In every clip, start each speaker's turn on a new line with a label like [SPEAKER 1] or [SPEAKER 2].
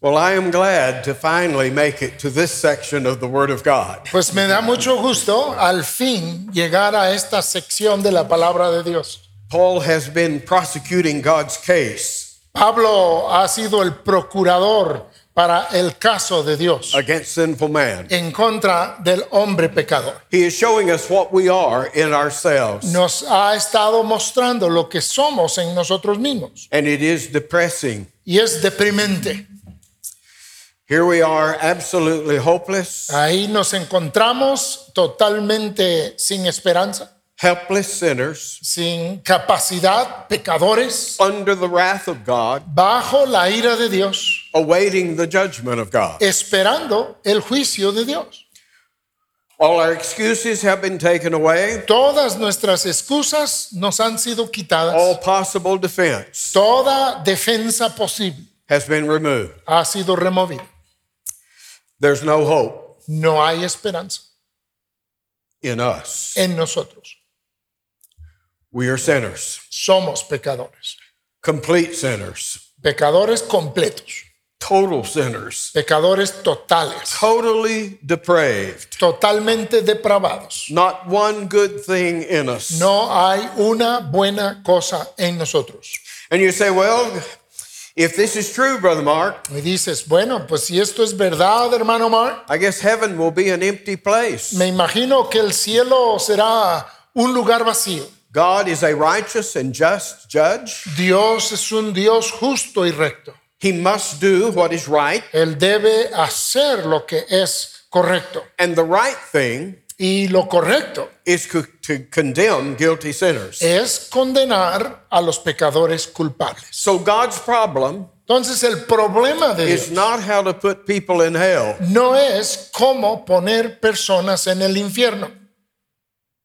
[SPEAKER 1] Well, I am glad to finally make it to this section of the Word of God.
[SPEAKER 2] Pues me da mucho gusto al fin llegar a esta sección de la palabra de Dios.
[SPEAKER 1] Paul has been prosecuting God's case
[SPEAKER 2] Pablo ha sido el procurador para el caso de Dios
[SPEAKER 1] against sinful man.
[SPEAKER 2] en contra del hombre pecador.
[SPEAKER 1] He is showing us what we are in ourselves,
[SPEAKER 2] Nos ha estado mostrando lo que somos en nosotros mismos
[SPEAKER 1] and it is depressing.
[SPEAKER 2] y es deprimente.
[SPEAKER 1] Here we are, absolutely hopeless,
[SPEAKER 2] Ahí nos encontramos totalmente sin esperanza,
[SPEAKER 1] helpless sinners,
[SPEAKER 2] sin capacidad, pecadores,
[SPEAKER 1] under the wrath of God,
[SPEAKER 2] bajo la ira de Dios,
[SPEAKER 1] awaiting the judgment of God.
[SPEAKER 2] esperando el juicio de Dios.
[SPEAKER 1] All our excuses have been taken away,
[SPEAKER 2] Todas nuestras excusas nos han sido
[SPEAKER 1] all
[SPEAKER 2] quitadas.
[SPEAKER 1] possible defense
[SPEAKER 2] Toda defensa posible
[SPEAKER 1] has been removed.
[SPEAKER 2] ha sido removida.
[SPEAKER 1] There's no hope
[SPEAKER 2] No hay esperanza
[SPEAKER 1] in us.
[SPEAKER 2] en nosotros.
[SPEAKER 1] We are sinners,
[SPEAKER 2] Somos pecadores,
[SPEAKER 1] complete sinners,
[SPEAKER 2] pecadores completos,
[SPEAKER 1] total sinners,
[SPEAKER 2] pecadores totales,
[SPEAKER 1] totally depraved.
[SPEAKER 2] totalmente depravados.
[SPEAKER 1] Not one good thing in us.
[SPEAKER 2] No hay una buena cosa en nosotros.
[SPEAKER 1] And you say, well, if this is true, Brother Mark,
[SPEAKER 2] Me dices, bueno, pues si esto es verdad, hermano Mark,
[SPEAKER 1] I guess heaven will be an empty place.
[SPEAKER 2] me imagino que el cielo será un lugar vacío.
[SPEAKER 1] God is a righteous and just judge.
[SPEAKER 2] Dios es un Dios justo y recto.
[SPEAKER 1] He must do what is right,
[SPEAKER 2] Él debe hacer lo que es correcto.
[SPEAKER 1] and the right thing
[SPEAKER 2] Y lo correcto
[SPEAKER 1] is co- to condemn guilty sinners.
[SPEAKER 2] es condenar a los pecadores culpables.
[SPEAKER 1] So God's problem
[SPEAKER 2] Entonces el problema de
[SPEAKER 1] is
[SPEAKER 2] Dios
[SPEAKER 1] not how to put people in hell.
[SPEAKER 2] no es cómo poner personas en el infierno.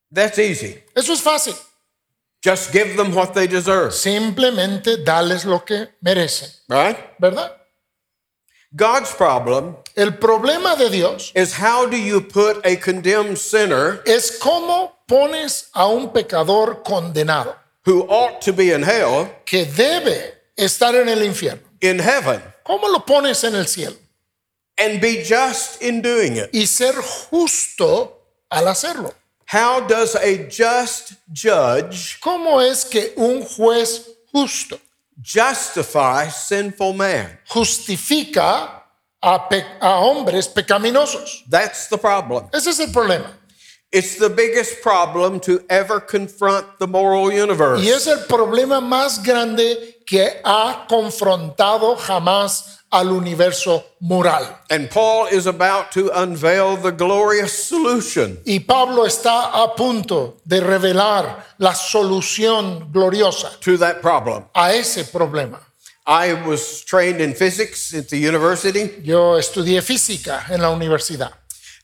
[SPEAKER 1] That's easy.
[SPEAKER 2] Eso es fácil.
[SPEAKER 1] Just give them what they deserve,
[SPEAKER 2] Simplemente dales lo que merecen,
[SPEAKER 1] right?
[SPEAKER 2] ¿verdad?
[SPEAKER 1] God's problem
[SPEAKER 2] El problema de Dios
[SPEAKER 1] is how do you put a condemned sinner
[SPEAKER 2] es cómo pones a un pecador condenado
[SPEAKER 1] who ought to be in hell
[SPEAKER 2] que debe estar en el infierno.
[SPEAKER 1] in heaven
[SPEAKER 2] ¿Cómo lo pones en el cielo?
[SPEAKER 1] and be just in doing it?
[SPEAKER 2] Y ser justo al hacerlo.
[SPEAKER 1] How does a just judge
[SPEAKER 2] ¿Cómo es que un juez justo
[SPEAKER 1] justify sinful man?
[SPEAKER 2] justifica a, pe- a hombres pecaminosos.
[SPEAKER 1] That's the problem.
[SPEAKER 2] Ese es el problema.
[SPEAKER 1] It's the biggest problem to ever confront the moral universe.
[SPEAKER 2] Y es el problema más grande que ha confrontado jamás al universo moral.
[SPEAKER 1] And Paul is about to unveil the glorious solution
[SPEAKER 2] Y Pablo está a punto de revelar la solución gloriosa
[SPEAKER 1] to that problem.
[SPEAKER 2] a ese problema.
[SPEAKER 1] I was trained in physics at the university,
[SPEAKER 2] Yo estudié física en la universidad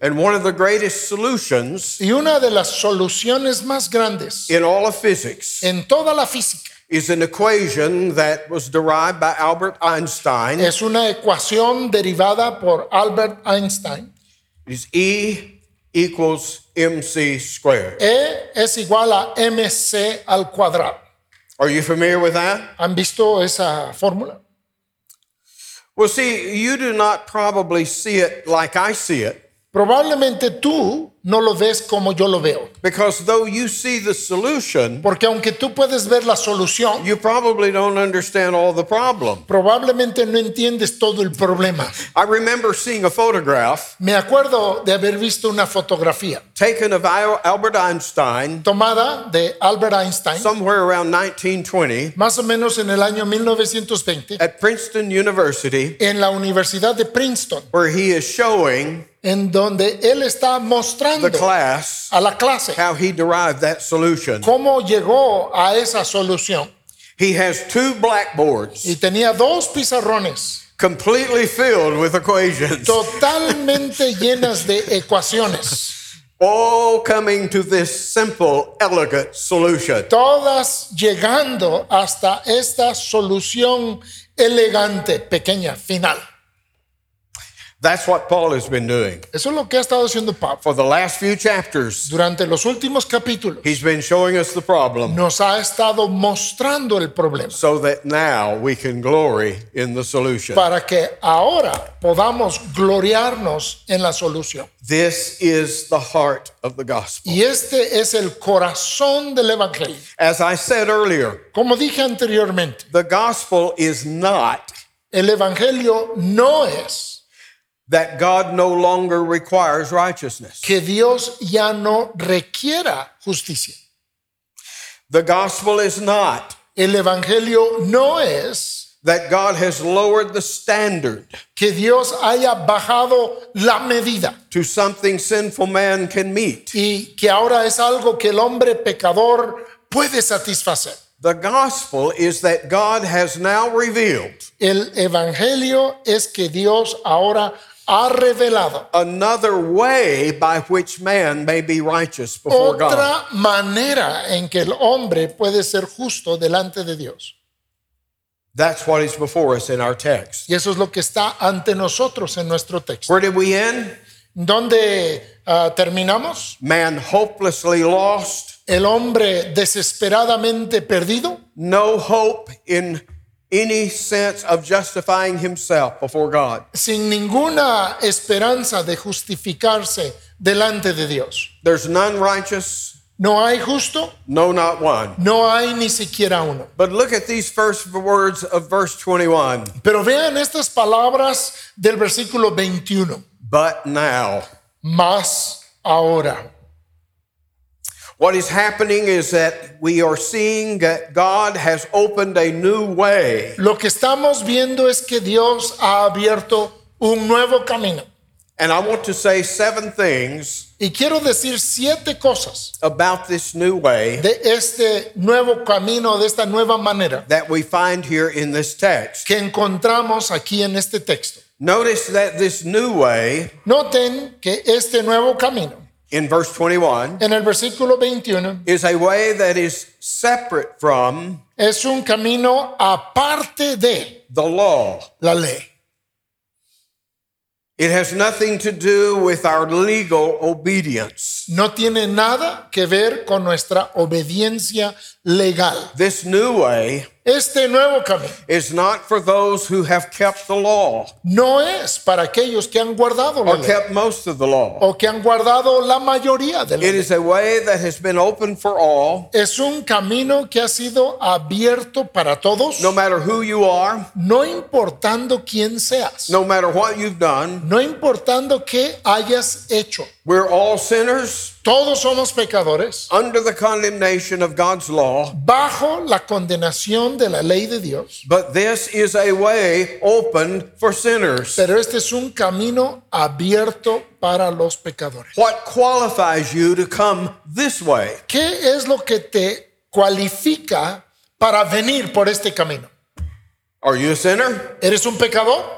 [SPEAKER 1] and one of the greatest solutions
[SPEAKER 2] y una de las soluciones más grandes
[SPEAKER 1] in all of physics
[SPEAKER 2] en toda la física
[SPEAKER 1] is an equation that was derived by Albert Einstein. It
[SPEAKER 2] es una ecuación derivada por Albert Einstein
[SPEAKER 1] is E equals MC squared.
[SPEAKER 2] E es igual a mc al cuadrado.
[SPEAKER 1] Are you familiar with that?
[SPEAKER 2] ¿Han visto esa fórmula?
[SPEAKER 1] Well, see, you do not probably see it like I see it,
[SPEAKER 2] Probablemente tú no lo ves como yo lo veo,
[SPEAKER 1] because though you see the solution,
[SPEAKER 2] porque aunque tú puedes ver la solución,
[SPEAKER 1] you probably don't understand all the problem.
[SPEAKER 2] probablemente no entiendes todo el problema.
[SPEAKER 1] I remember seeing a photograph
[SPEAKER 2] Me acuerdo de haber visto una fotografía
[SPEAKER 1] taken of Al- Albert Einstein
[SPEAKER 2] tomada de Albert Einstein
[SPEAKER 1] somewhere around 1920
[SPEAKER 2] más o menos en el año 1920
[SPEAKER 1] at Princeton University,
[SPEAKER 2] en la Universidad de Princeton,
[SPEAKER 1] where he is showing
[SPEAKER 2] en donde él está
[SPEAKER 1] the
[SPEAKER 2] mostrando
[SPEAKER 1] class
[SPEAKER 2] a la clase
[SPEAKER 1] how he derived that solution.
[SPEAKER 2] cómo llegó a esa solución.
[SPEAKER 1] He has two blackboards
[SPEAKER 2] Y tenía dos pizarrones
[SPEAKER 1] completely filled with equations,
[SPEAKER 2] totalmente llenas de ecuaciones,
[SPEAKER 1] all coming to this simple, elegant solution.
[SPEAKER 2] todas llegando hasta esta solución elegante, pequeña, final.
[SPEAKER 1] That's what Paul has been doing.
[SPEAKER 2] Eso es lo que ha estado haciendo Pablo.
[SPEAKER 1] For the last few chapters,
[SPEAKER 2] Durante los últimos capítulos
[SPEAKER 1] he's been showing us the problem
[SPEAKER 2] nos ha estado mostrando el problema
[SPEAKER 1] so that now we can glory in the solution.
[SPEAKER 2] para que ahora podamos gloriarnos en la solución.
[SPEAKER 1] This is the heart of the gospel.
[SPEAKER 2] Y este es el corazón del Evangelio.
[SPEAKER 1] As I said earlier,
[SPEAKER 2] Como dije anteriormente,
[SPEAKER 1] the gospel is not
[SPEAKER 2] el Evangelio no es
[SPEAKER 1] that God no longer requires righteousness.
[SPEAKER 2] que Dios ya no requiera justicia.
[SPEAKER 1] The gospel is not
[SPEAKER 2] El Evangelio no es
[SPEAKER 1] that God has lowered the standard
[SPEAKER 2] que Dios haya bajado la medida
[SPEAKER 1] to something sinful man can meet.
[SPEAKER 2] y que ahora es algo que el hombre pecador puede satisfacer.
[SPEAKER 1] The gospel is that God has now revealed
[SPEAKER 2] El Evangelio es que Dios ahora ha revelado
[SPEAKER 1] another way by which man may be righteous before God.
[SPEAKER 2] otra manera en que el hombre puede ser justo delante de Dios.
[SPEAKER 1] That's what is before us in our text.
[SPEAKER 2] Y eso es lo que está ante nosotros en nuestro texto.
[SPEAKER 1] Where did we end?
[SPEAKER 2] ¿Dónde ah, terminamos?
[SPEAKER 1] Man hopelessly lost,
[SPEAKER 2] El hombre desesperadamente perdido,
[SPEAKER 1] no hope in any sense of justifying himself before God.
[SPEAKER 2] sin ninguna esperanza de justificarse delante de Dios.
[SPEAKER 1] There's none righteous,
[SPEAKER 2] No hay justo,
[SPEAKER 1] no, not one.
[SPEAKER 2] no hay ni siquiera uno.
[SPEAKER 1] But look at these first words of verse 21.
[SPEAKER 2] Pero vean estas palabras del versículo 21.
[SPEAKER 1] But now.
[SPEAKER 2] más ahora.
[SPEAKER 1] What is happening is that we are seeing that God has opened a new way
[SPEAKER 2] Lo que estamos viendo es que Dios ha abierto un nuevo camino.
[SPEAKER 1] And I want to say seven things
[SPEAKER 2] Y quiero decir siete cosas
[SPEAKER 1] about this new way
[SPEAKER 2] de este nuevo camino, de esta nueva manera
[SPEAKER 1] that we find here in this text.
[SPEAKER 2] que encontramos aquí en este texto.
[SPEAKER 1] Notice that this new way
[SPEAKER 2] Noten que este nuevo camino,
[SPEAKER 1] in verse 21
[SPEAKER 2] en el versículo 21,
[SPEAKER 1] is a way that is separate from
[SPEAKER 2] es un camino aparte de
[SPEAKER 1] the law.
[SPEAKER 2] la ley.
[SPEAKER 1] It has nothing to do with our legal obedience.
[SPEAKER 2] No tiene nada que ver con nuestra obediencia legal.
[SPEAKER 1] This new way
[SPEAKER 2] Este nuevo camino
[SPEAKER 1] is not for those who have kept the law
[SPEAKER 2] no es para aquellos que han guardado la
[SPEAKER 1] or
[SPEAKER 2] ley
[SPEAKER 1] kept most of the law.
[SPEAKER 2] o que han guardado la mayoría de la
[SPEAKER 1] It
[SPEAKER 2] ley.
[SPEAKER 1] is a way that has been open for all,
[SPEAKER 2] Es un camino que ha sido abierto para todos,
[SPEAKER 1] no matter who you are,
[SPEAKER 2] no importando quién seas,
[SPEAKER 1] no matter what you've done.
[SPEAKER 2] no importando qué hayas hecho.
[SPEAKER 1] We're all sinners
[SPEAKER 2] Todos somos pecadores
[SPEAKER 1] under the condemnation of God's law,
[SPEAKER 2] bajo la condenación de la ley de Dios,
[SPEAKER 1] but this is a way open for sinners.
[SPEAKER 2] pero este es un camino abierto para los pecadores.
[SPEAKER 1] What qualifies you to come this way?
[SPEAKER 2] ¿Qué es lo que te cualifica para venir por este camino?
[SPEAKER 1] Are you a sinner?
[SPEAKER 2] ¿Eres un pecador?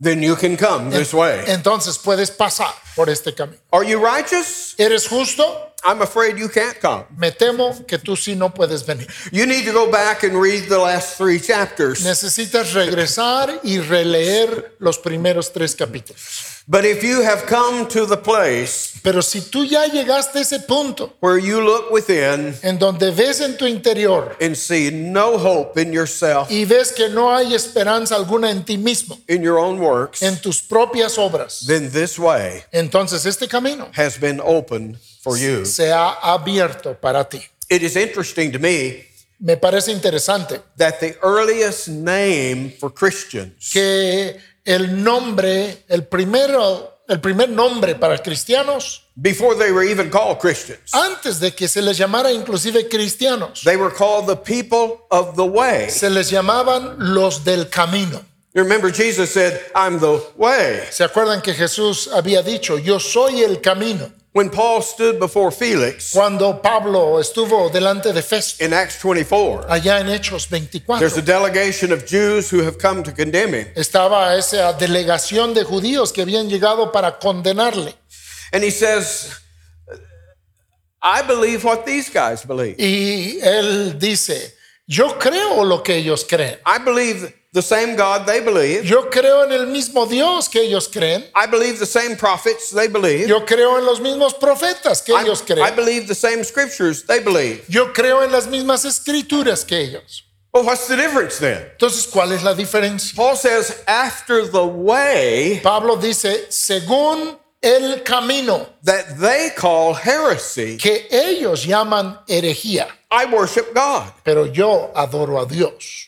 [SPEAKER 1] Then you can come this way.
[SPEAKER 2] Entonces puedes pasar por este camino.
[SPEAKER 1] Are you righteous?
[SPEAKER 2] ¿Eres justo?
[SPEAKER 1] I'm afraid you can't come.
[SPEAKER 2] Me temo que tú sí no puedes venir.
[SPEAKER 1] You need to go back and read the last three chapters.
[SPEAKER 2] Necesitas regresar y releer los primeros tres capítulos.
[SPEAKER 1] But if you have come to the place
[SPEAKER 2] Pero si tú ya llegaste a ese punto
[SPEAKER 1] where you look within
[SPEAKER 2] en donde ves en tu interior
[SPEAKER 1] and see no hope in yourself,
[SPEAKER 2] y ves que no hay esperanza alguna en ti mismo,
[SPEAKER 1] in your own works,
[SPEAKER 2] en tus propias obras,
[SPEAKER 1] then this way
[SPEAKER 2] entonces este camino
[SPEAKER 1] has been opened for you.
[SPEAKER 2] se ha abierto para ti.
[SPEAKER 1] It is interesting to me
[SPEAKER 2] Me parece interesante
[SPEAKER 1] that the earliest name for Christians
[SPEAKER 2] que el nombre, el primero, el primer nombre para cristianos
[SPEAKER 1] before they were even called Christians,
[SPEAKER 2] antes de que se les llamara inclusive cristianos,
[SPEAKER 1] they were called the people of the way.
[SPEAKER 2] se les llamaban los del camino.
[SPEAKER 1] You remember Jesus said, "I'm the way."
[SPEAKER 2] ¿Se acuerdan que Jesús había dicho, yo soy el camino?
[SPEAKER 1] When Paul stood before Felix
[SPEAKER 2] Cuando Pablo estuvo delante de Festo,
[SPEAKER 1] in Acts 24,
[SPEAKER 2] allá en Hechos
[SPEAKER 1] there's a
[SPEAKER 2] 24,
[SPEAKER 1] delegation of Jews who have come to condemn him.
[SPEAKER 2] estaba esa delegación de judíos que habían llegado para condenarle.
[SPEAKER 1] And he says, "I believe what these guys believe.
[SPEAKER 2] Y él dice, yo creo lo que ellos creen.
[SPEAKER 1] I believe the same God they believe.
[SPEAKER 2] Yo creo en el mismo Dios que ellos creen.
[SPEAKER 1] I believe the same prophets they believe.
[SPEAKER 2] Yo creo en los mismos profetas que
[SPEAKER 1] I,
[SPEAKER 2] ellos
[SPEAKER 1] I
[SPEAKER 2] creen.
[SPEAKER 1] believe the same scriptures they believe.
[SPEAKER 2] Yo creo en las mismas escrituras que ellos.
[SPEAKER 1] Well, what's the difference then?
[SPEAKER 2] Entonces, ¿cuál es la diferencia?
[SPEAKER 1] Paul says, after the way
[SPEAKER 2] Pablo dice, según el camino
[SPEAKER 1] that they call heresy,
[SPEAKER 2] que ellos llaman herejía,
[SPEAKER 1] I worship God.
[SPEAKER 2] pero yo adoro a Dios.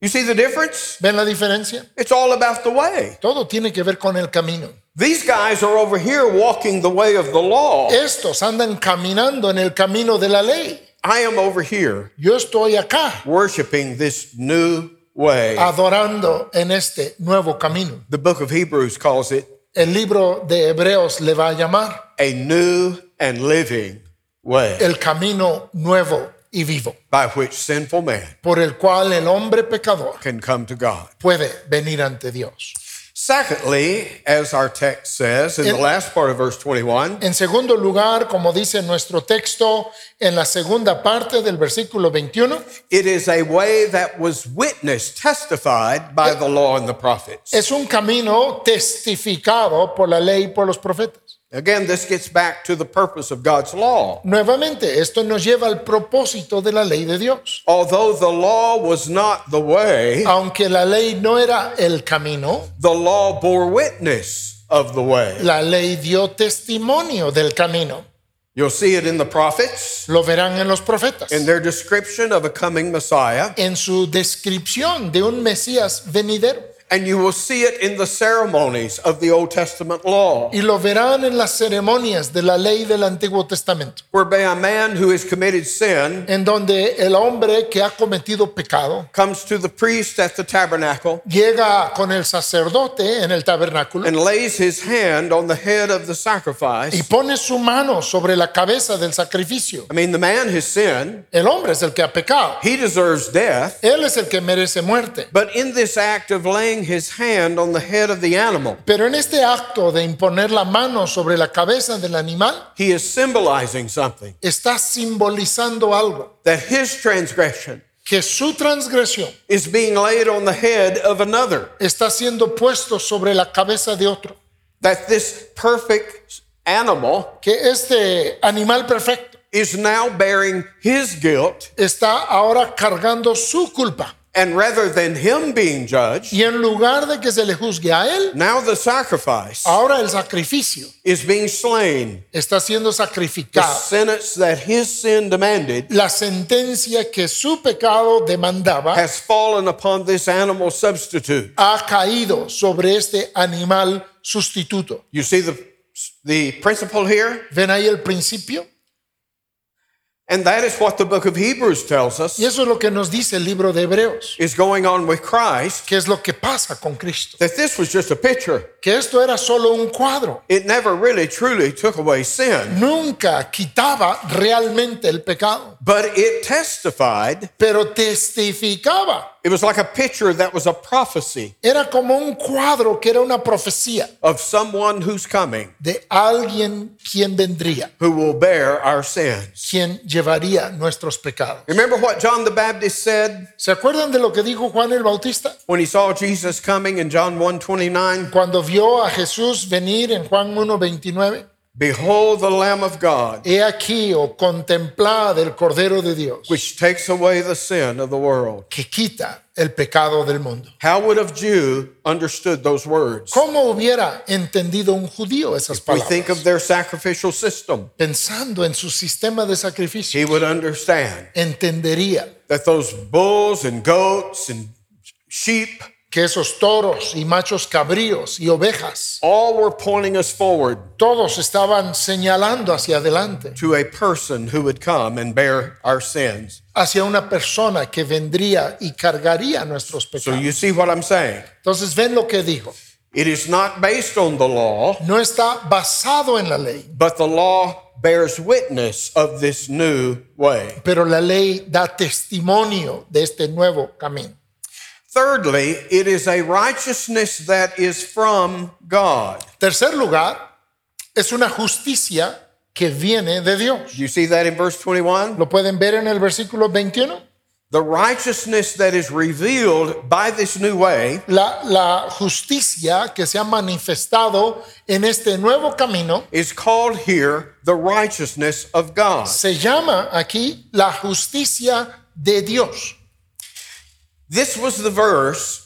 [SPEAKER 1] You see the difference?
[SPEAKER 2] ¿Ven la diferencia?
[SPEAKER 1] It's all about the way.
[SPEAKER 2] Todo tiene que ver con el camino.
[SPEAKER 1] These guys are over here walking the way of the law.
[SPEAKER 2] Estos andan caminando en el camino de la ley.
[SPEAKER 1] I am over here
[SPEAKER 2] Yo estoy acá
[SPEAKER 1] worshiping this new way.
[SPEAKER 2] adorando en este nuevo camino.
[SPEAKER 1] The book of Hebrews calls it
[SPEAKER 2] El libro de Hebreos le va a llamar
[SPEAKER 1] a new and living way
[SPEAKER 2] el camino nuevo y vivo,
[SPEAKER 1] by which sinful man
[SPEAKER 2] por el cual el hombre pecador
[SPEAKER 1] can come to God.
[SPEAKER 2] puede venir ante Dios.
[SPEAKER 1] Secondly, as our text says in the
[SPEAKER 2] And-
[SPEAKER 1] last part of verse 21,
[SPEAKER 2] En segundo lugar, como dice nuestro texto en la segunda parte del versículo 21,
[SPEAKER 1] it is a way that was witnessed, testified by the law and the prophets.
[SPEAKER 2] es un camino testificado por la ley y por los profetas.
[SPEAKER 1] Again, this gets back to the purpose of God's law.
[SPEAKER 2] Nuevamente, esto nos lleva al propósito de la ley de Dios.
[SPEAKER 1] Although the law was not the way,
[SPEAKER 2] Aunque la ley no era el camino,
[SPEAKER 1] the law bore witness of the way.
[SPEAKER 2] la ley dio testimonio del camino.
[SPEAKER 1] You'll see it in the prophets,
[SPEAKER 2] Lo verán en los profetas,
[SPEAKER 1] in their description of a coming Messiah,
[SPEAKER 2] en su descripción de un Mesías venidero.
[SPEAKER 1] and you will see it in the ceremonies of the Old Testament law.
[SPEAKER 2] Y lo verán en las ceremonias de la ley del Antiguo Testamento.
[SPEAKER 1] whereby a man who has committed sin
[SPEAKER 2] en donde el hombre que ha cometido pecado
[SPEAKER 1] comes to the priest at the tabernacle
[SPEAKER 2] llega con el sacerdote en el tabernáculo
[SPEAKER 1] and lays his hand on the head of the
[SPEAKER 2] y
[SPEAKER 1] sacrifice.
[SPEAKER 2] pone su mano sobre la cabeza del sacrificio.
[SPEAKER 1] I mean, the man has sinned.
[SPEAKER 2] El hombre es el que ha pecado.
[SPEAKER 1] He deserves death.
[SPEAKER 2] Él es el que merece muerte.
[SPEAKER 1] But in this act of laying his hand on the head of the animal,
[SPEAKER 2] Pero en este acto de imponer la mano sobre la cabeza del animal,
[SPEAKER 1] he is symbolizing something
[SPEAKER 2] está simbolizando algo,
[SPEAKER 1] that his transgression
[SPEAKER 2] que su transgresión
[SPEAKER 1] is being laid on the head of another,
[SPEAKER 2] está siendo puesto sobre la cabeza de otro,
[SPEAKER 1] that this perfect animal
[SPEAKER 2] que este animal perfecto
[SPEAKER 1] is now bearing his guilt,
[SPEAKER 2] está ahora cargando su culpa.
[SPEAKER 1] and rather than him being judged,
[SPEAKER 2] Y en lugar de que se le juzgue a él,
[SPEAKER 1] now the sacrifice
[SPEAKER 2] Ahora el sacrificio
[SPEAKER 1] is being slain.
[SPEAKER 2] está siendo
[SPEAKER 1] The
[SPEAKER 2] sacrificado.
[SPEAKER 1] sentence that his sin demanded
[SPEAKER 2] La sentencia que su pecado demandaba
[SPEAKER 1] has fallen upon this animal substitute.
[SPEAKER 2] ha caído sobre este animal sustituto.
[SPEAKER 1] You see the, the principle here?
[SPEAKER 2] ¿Ven ahí el principio?
[SPEAKER 1] And that is what the book of Hebrews tells us
[SPEAKER 2] Y eso es lo que nos dice el libro de Hebreos,
[SPEAKER 1] is going on with Christ,
[SPEAKER 2] que es lo que pasa con Cristo.
[SPEAKER 1] that this was just a picture.
[SPEAKER 2] Que esto era solo un cuadro.
[SPEAKER 1] It never really truly took away sin,
[SPEAKER 2] Nunca quitaba realmente el pecado,
[SPEAKER 1] but it testified.
[SPEAKER 2] pero testificaba.
[SPEAKER 1] It was like a picture that was a prophecy
[SPEAKER 2] Era como un cuadro que era una profecía
[SPEAKER 1] of someone who's coming
[SPEAKER 2] de alguien quien vendría.
[SPEAKER 1] who will bear our sins.
[SPEAKER 2] quien llevaría nuestros pecados.
[SPEAKER 1] Remember what John the Baptist said
[SPEAKER 2] ¿Se acuerdan de lo que dijo Juan el Bautista?
[SPEAKER 1] when he saw Jesus coming in John 1:29,
[SPEAKER 2] Cuando vio a Jesús venir en Juan 1.29,
[SPEAKER 1] behold the lamb of God
[SPEAKER 2] he aquí o contemplad el Cordero de Dios
[SPEAKER 1] which takes away the sin of the world.
[SPEAKER 2] que quita el pecado del mundo.
[SPEAKER 1] How would a Jew understood those words?
[SPEAKER 2] ¿Cómo hubiera entendido un judío esas
[SPEAKER 1] We think of
[SPEAKER 2] palabras?
[SPEAKER 1] their sacrificial system.
[SPEAKER 2] Pensando en su sistema de sacrificio,
[SPEAKER 1] He would understand
[SPEAKER 2] entendería
[SPEAKER 1] that those bulls and goats and sheep
[SPEAKER 2] que esos toros y machos cabríos y ovejas,
[SPEAKER 1] all were pointing us forward
[SPEAKER 2] todos estaban señalando hacia adelante,
[SPEAKER 1] to a person who would come and bear our sins.
[SPEAKER 2] hacia una persona que vendría y cargaría nuestros
[SPEAKER 1] So
[SPEAKER 2] pecados.
[SPEAKER 1] you see what I'm saying?
[SPEAKER 2] Entonces ven lo que dijo.
[SPEAKER 1] It is not based on the law,
[SPEAKER 2] No está basado en la ley,
[SPEAKER 1] But the law bears witness of this new way.
[SPEAKER 2] pero la ley da testimonio de este nuevo camino.
[SPEAKER 1] Thirdly, it is a righteousness that is from God.
[SPEAKER 2] Tercer lugar, es una justicia que viene de Dios.
[SPEAKER 1] Do you see that in verse 21?
[SPEAKER 2] ¿Lo pueden ver en el versículo 21?
[SPEAKER 1] The righteousness that is revealed by this new way
[SPEAKER 2] La, la justicia que se ha manifestado en este nuevo camino
[SPEAKER 1] is called here the righteousness of God.
[SPEAKER 2] se llama aquí la justicia de Dios.
[SPEAKER 1] This was the verse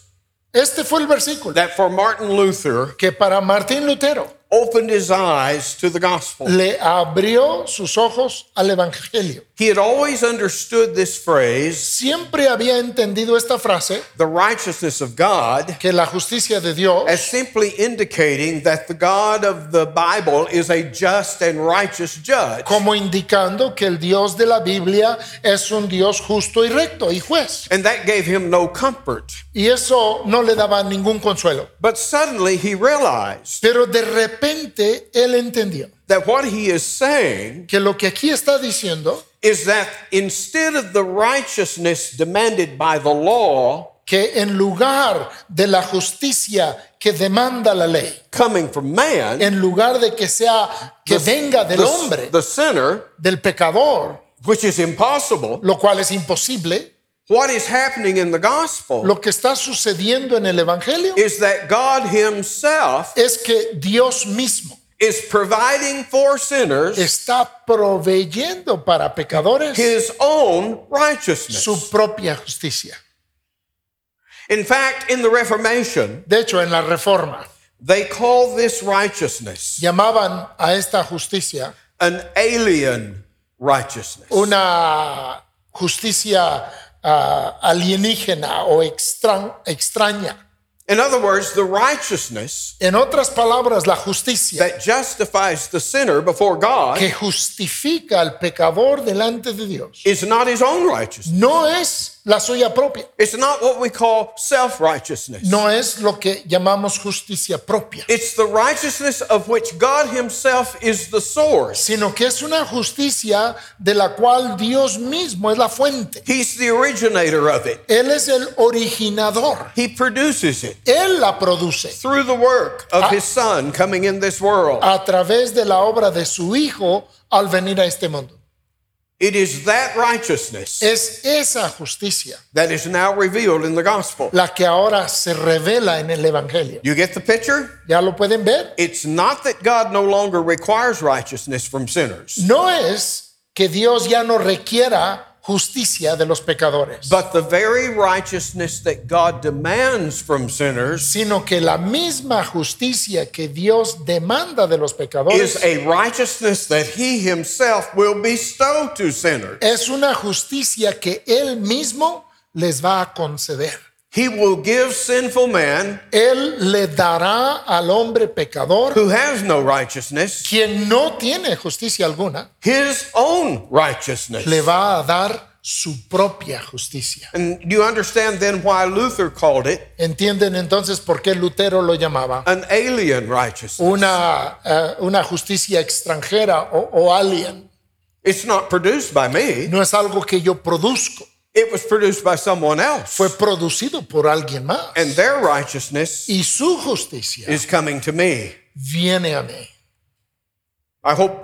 [SPEAKER 2] Este fue el versículo
[SPEAKER 1] that for Martin Luther
[SPEAKER 2] que para Martín Lutero
[SPEAKER 1] opened his eyes to the gospel.
[SPEAKER 2] le abrió sus ojos al Evangelio.
[SPEAKER 1] He had always understood this phrase,
[SPEAKER 2] Siempre había entendido esta frase,
[SPEAKER 1] the righteousness of God,
[SPEAKER 2] que la justicia de Dios
[SPEAKER 1] as simply indicating that the God of the Bible is a just and righteous judge.
[SPEAKER 2] como indicando que el Dios de la Biblia es un Dios justo y recto y juez.
[SPEAKER 1] And that gave him no comfort.
[SPEAKER 2] Y eso no le daba ningún consuelo.
[SPEAKER 1] But suddenly he realized
[SPEAKER 2] Pero de repente él entendió
[SPEAKER 1] that what he is saying
[SPEAKER 2] que lo que aquí está diciendo,
[SPEAKER 1] is that instead of the righteousness demanded by the law
[SPEAKER 2] que en lugar de la justicia que demanda la ley,
[SPEAKER 1] coming from man,
[SPEAKER 2] en lugar de que sea que venga del
[SPEAKER 1] the-
[SPEAKER 2] hombre,
[SPEAKER 1] the sinner,
[SPEAKER 2] del pecador,
[SPEAKER 1] which is impossible,
[SPEAKER 2] lo cual es imposible,
[SPEAKER 1] what is happening in the gospel
[SPEAKER 2] lo que está sucediendo en el Evangelio
[SPEAKER 1] is that God himself
[SPEAKER 2] es que Dios mismo
[SPEAKER 1] is providing for sinners
[SPEAKER 2] está proveyendo para pecadores
[SPEAKER 1] his own righteousness.
[SPEAKER 2] su propia justicia.
[SPEAKER 1] In fact, in the Reformation,
[SPEAKER 2] De hecho, en la Reforma
[SPEAKER 1] they call this righteousness
[SPEAKER 2] llamaban a esta justicia
[SPEAKER 1] an alien righteousness.
[SPEAKER 2] Oh, una justicia ah, alienígena o extra- extraña.
[SPEAKER 1] In other words, the righteousness
[SPEAKER 2] En otras palabras, la justicia
[SPEAKER 1] that justifies the sinner before God
[SPEAKER 2] que justifica al pecador delante de Dios
[SPEAKER 1] is not his own righteousness.
[SPEAKER 2] no es la suya propia,
[SPEAKER 1] It's not what we call self righteousness.
[SPEAKER 2] no es lo que llamamos justicia propia,
[SPEAKER 1] It's the righteousness of which God himself is the source.
[SPEAKER 2] sino que es una justicia de la cual Dios mismo es la fuente.
[SPEAKER 1] He's the originator of it.
[SPEAKER 2] Él es el originador.
[SPEAKER 1] He produces it
[SPEAKER 2] Él la produce
[SPEAKER 1] through the work of his son coming in this world.
[SPEAKER 2] a través de la obra de su Hijo al venir a este mundo.
[SPEAKER 1] It is that righteousness
[SPEAKER 2] Es esa justicia
[SPEAKER 1] that is now revealed in the gospel.
[SPEAKER 2] la que ahora se revela en el Evangelio.
[SPEAKER 1] You get the picture?
[SPEAKER 2] ¿Ya lo pueden ver?
[SPEAKER 1] It's not that God no longer requires righteousness from sinners,
[SPEAKER 2] No es que Dios ya no requiera justicia de los pecadores,
[SPEAKER 1] but the very righteousness that God demands from sinners
[SPEAKER 2] sino que la misma justicia que Dios demanda de los
[SPEAKER 1] is
[SPEAKER 2] pecadores
[SPEAKER 1] a righteousness that He Himself will bestow to sinners.
[SPEAKER 2] es una justicia que Él mismo les va a conceder.
[SPEAKER 1] He will give sinful man
[SPEAKER 2] Él le dará al hombre pecador,
[SPEAKER 1] who has no righteousness
[SPEAKER 2] quien no tiene justicia alguna,
[SPEAKER 1] His own righteousness.
[SPEAKER 2] le va a dar su propia justicia.
[SPEAKER 1] And do you understand then why Luther called it
[SPEAKER 2] ¿Entienden entonces por qué Lutero lo llamaba
[SPEAKER 1] an alien righteousness?
[SPEAKER 2] una, eh, una justicia extranjera o, o alien?
[SPEAKER 1] It's not produced by me.
[SPEAKER 2] No es algo que yo produzco,
[SPEAKER 1] It was produced by someone else.
[SPEAKER 2] fue producido por alguien más.
[SPEAKER 1] And their righteousness
[SPEAKER 2] Y su justicia
[SPEAKER 1] is coming to me.
[SPEAKER 2] viene a mí.
[SPEAKER 1] I hope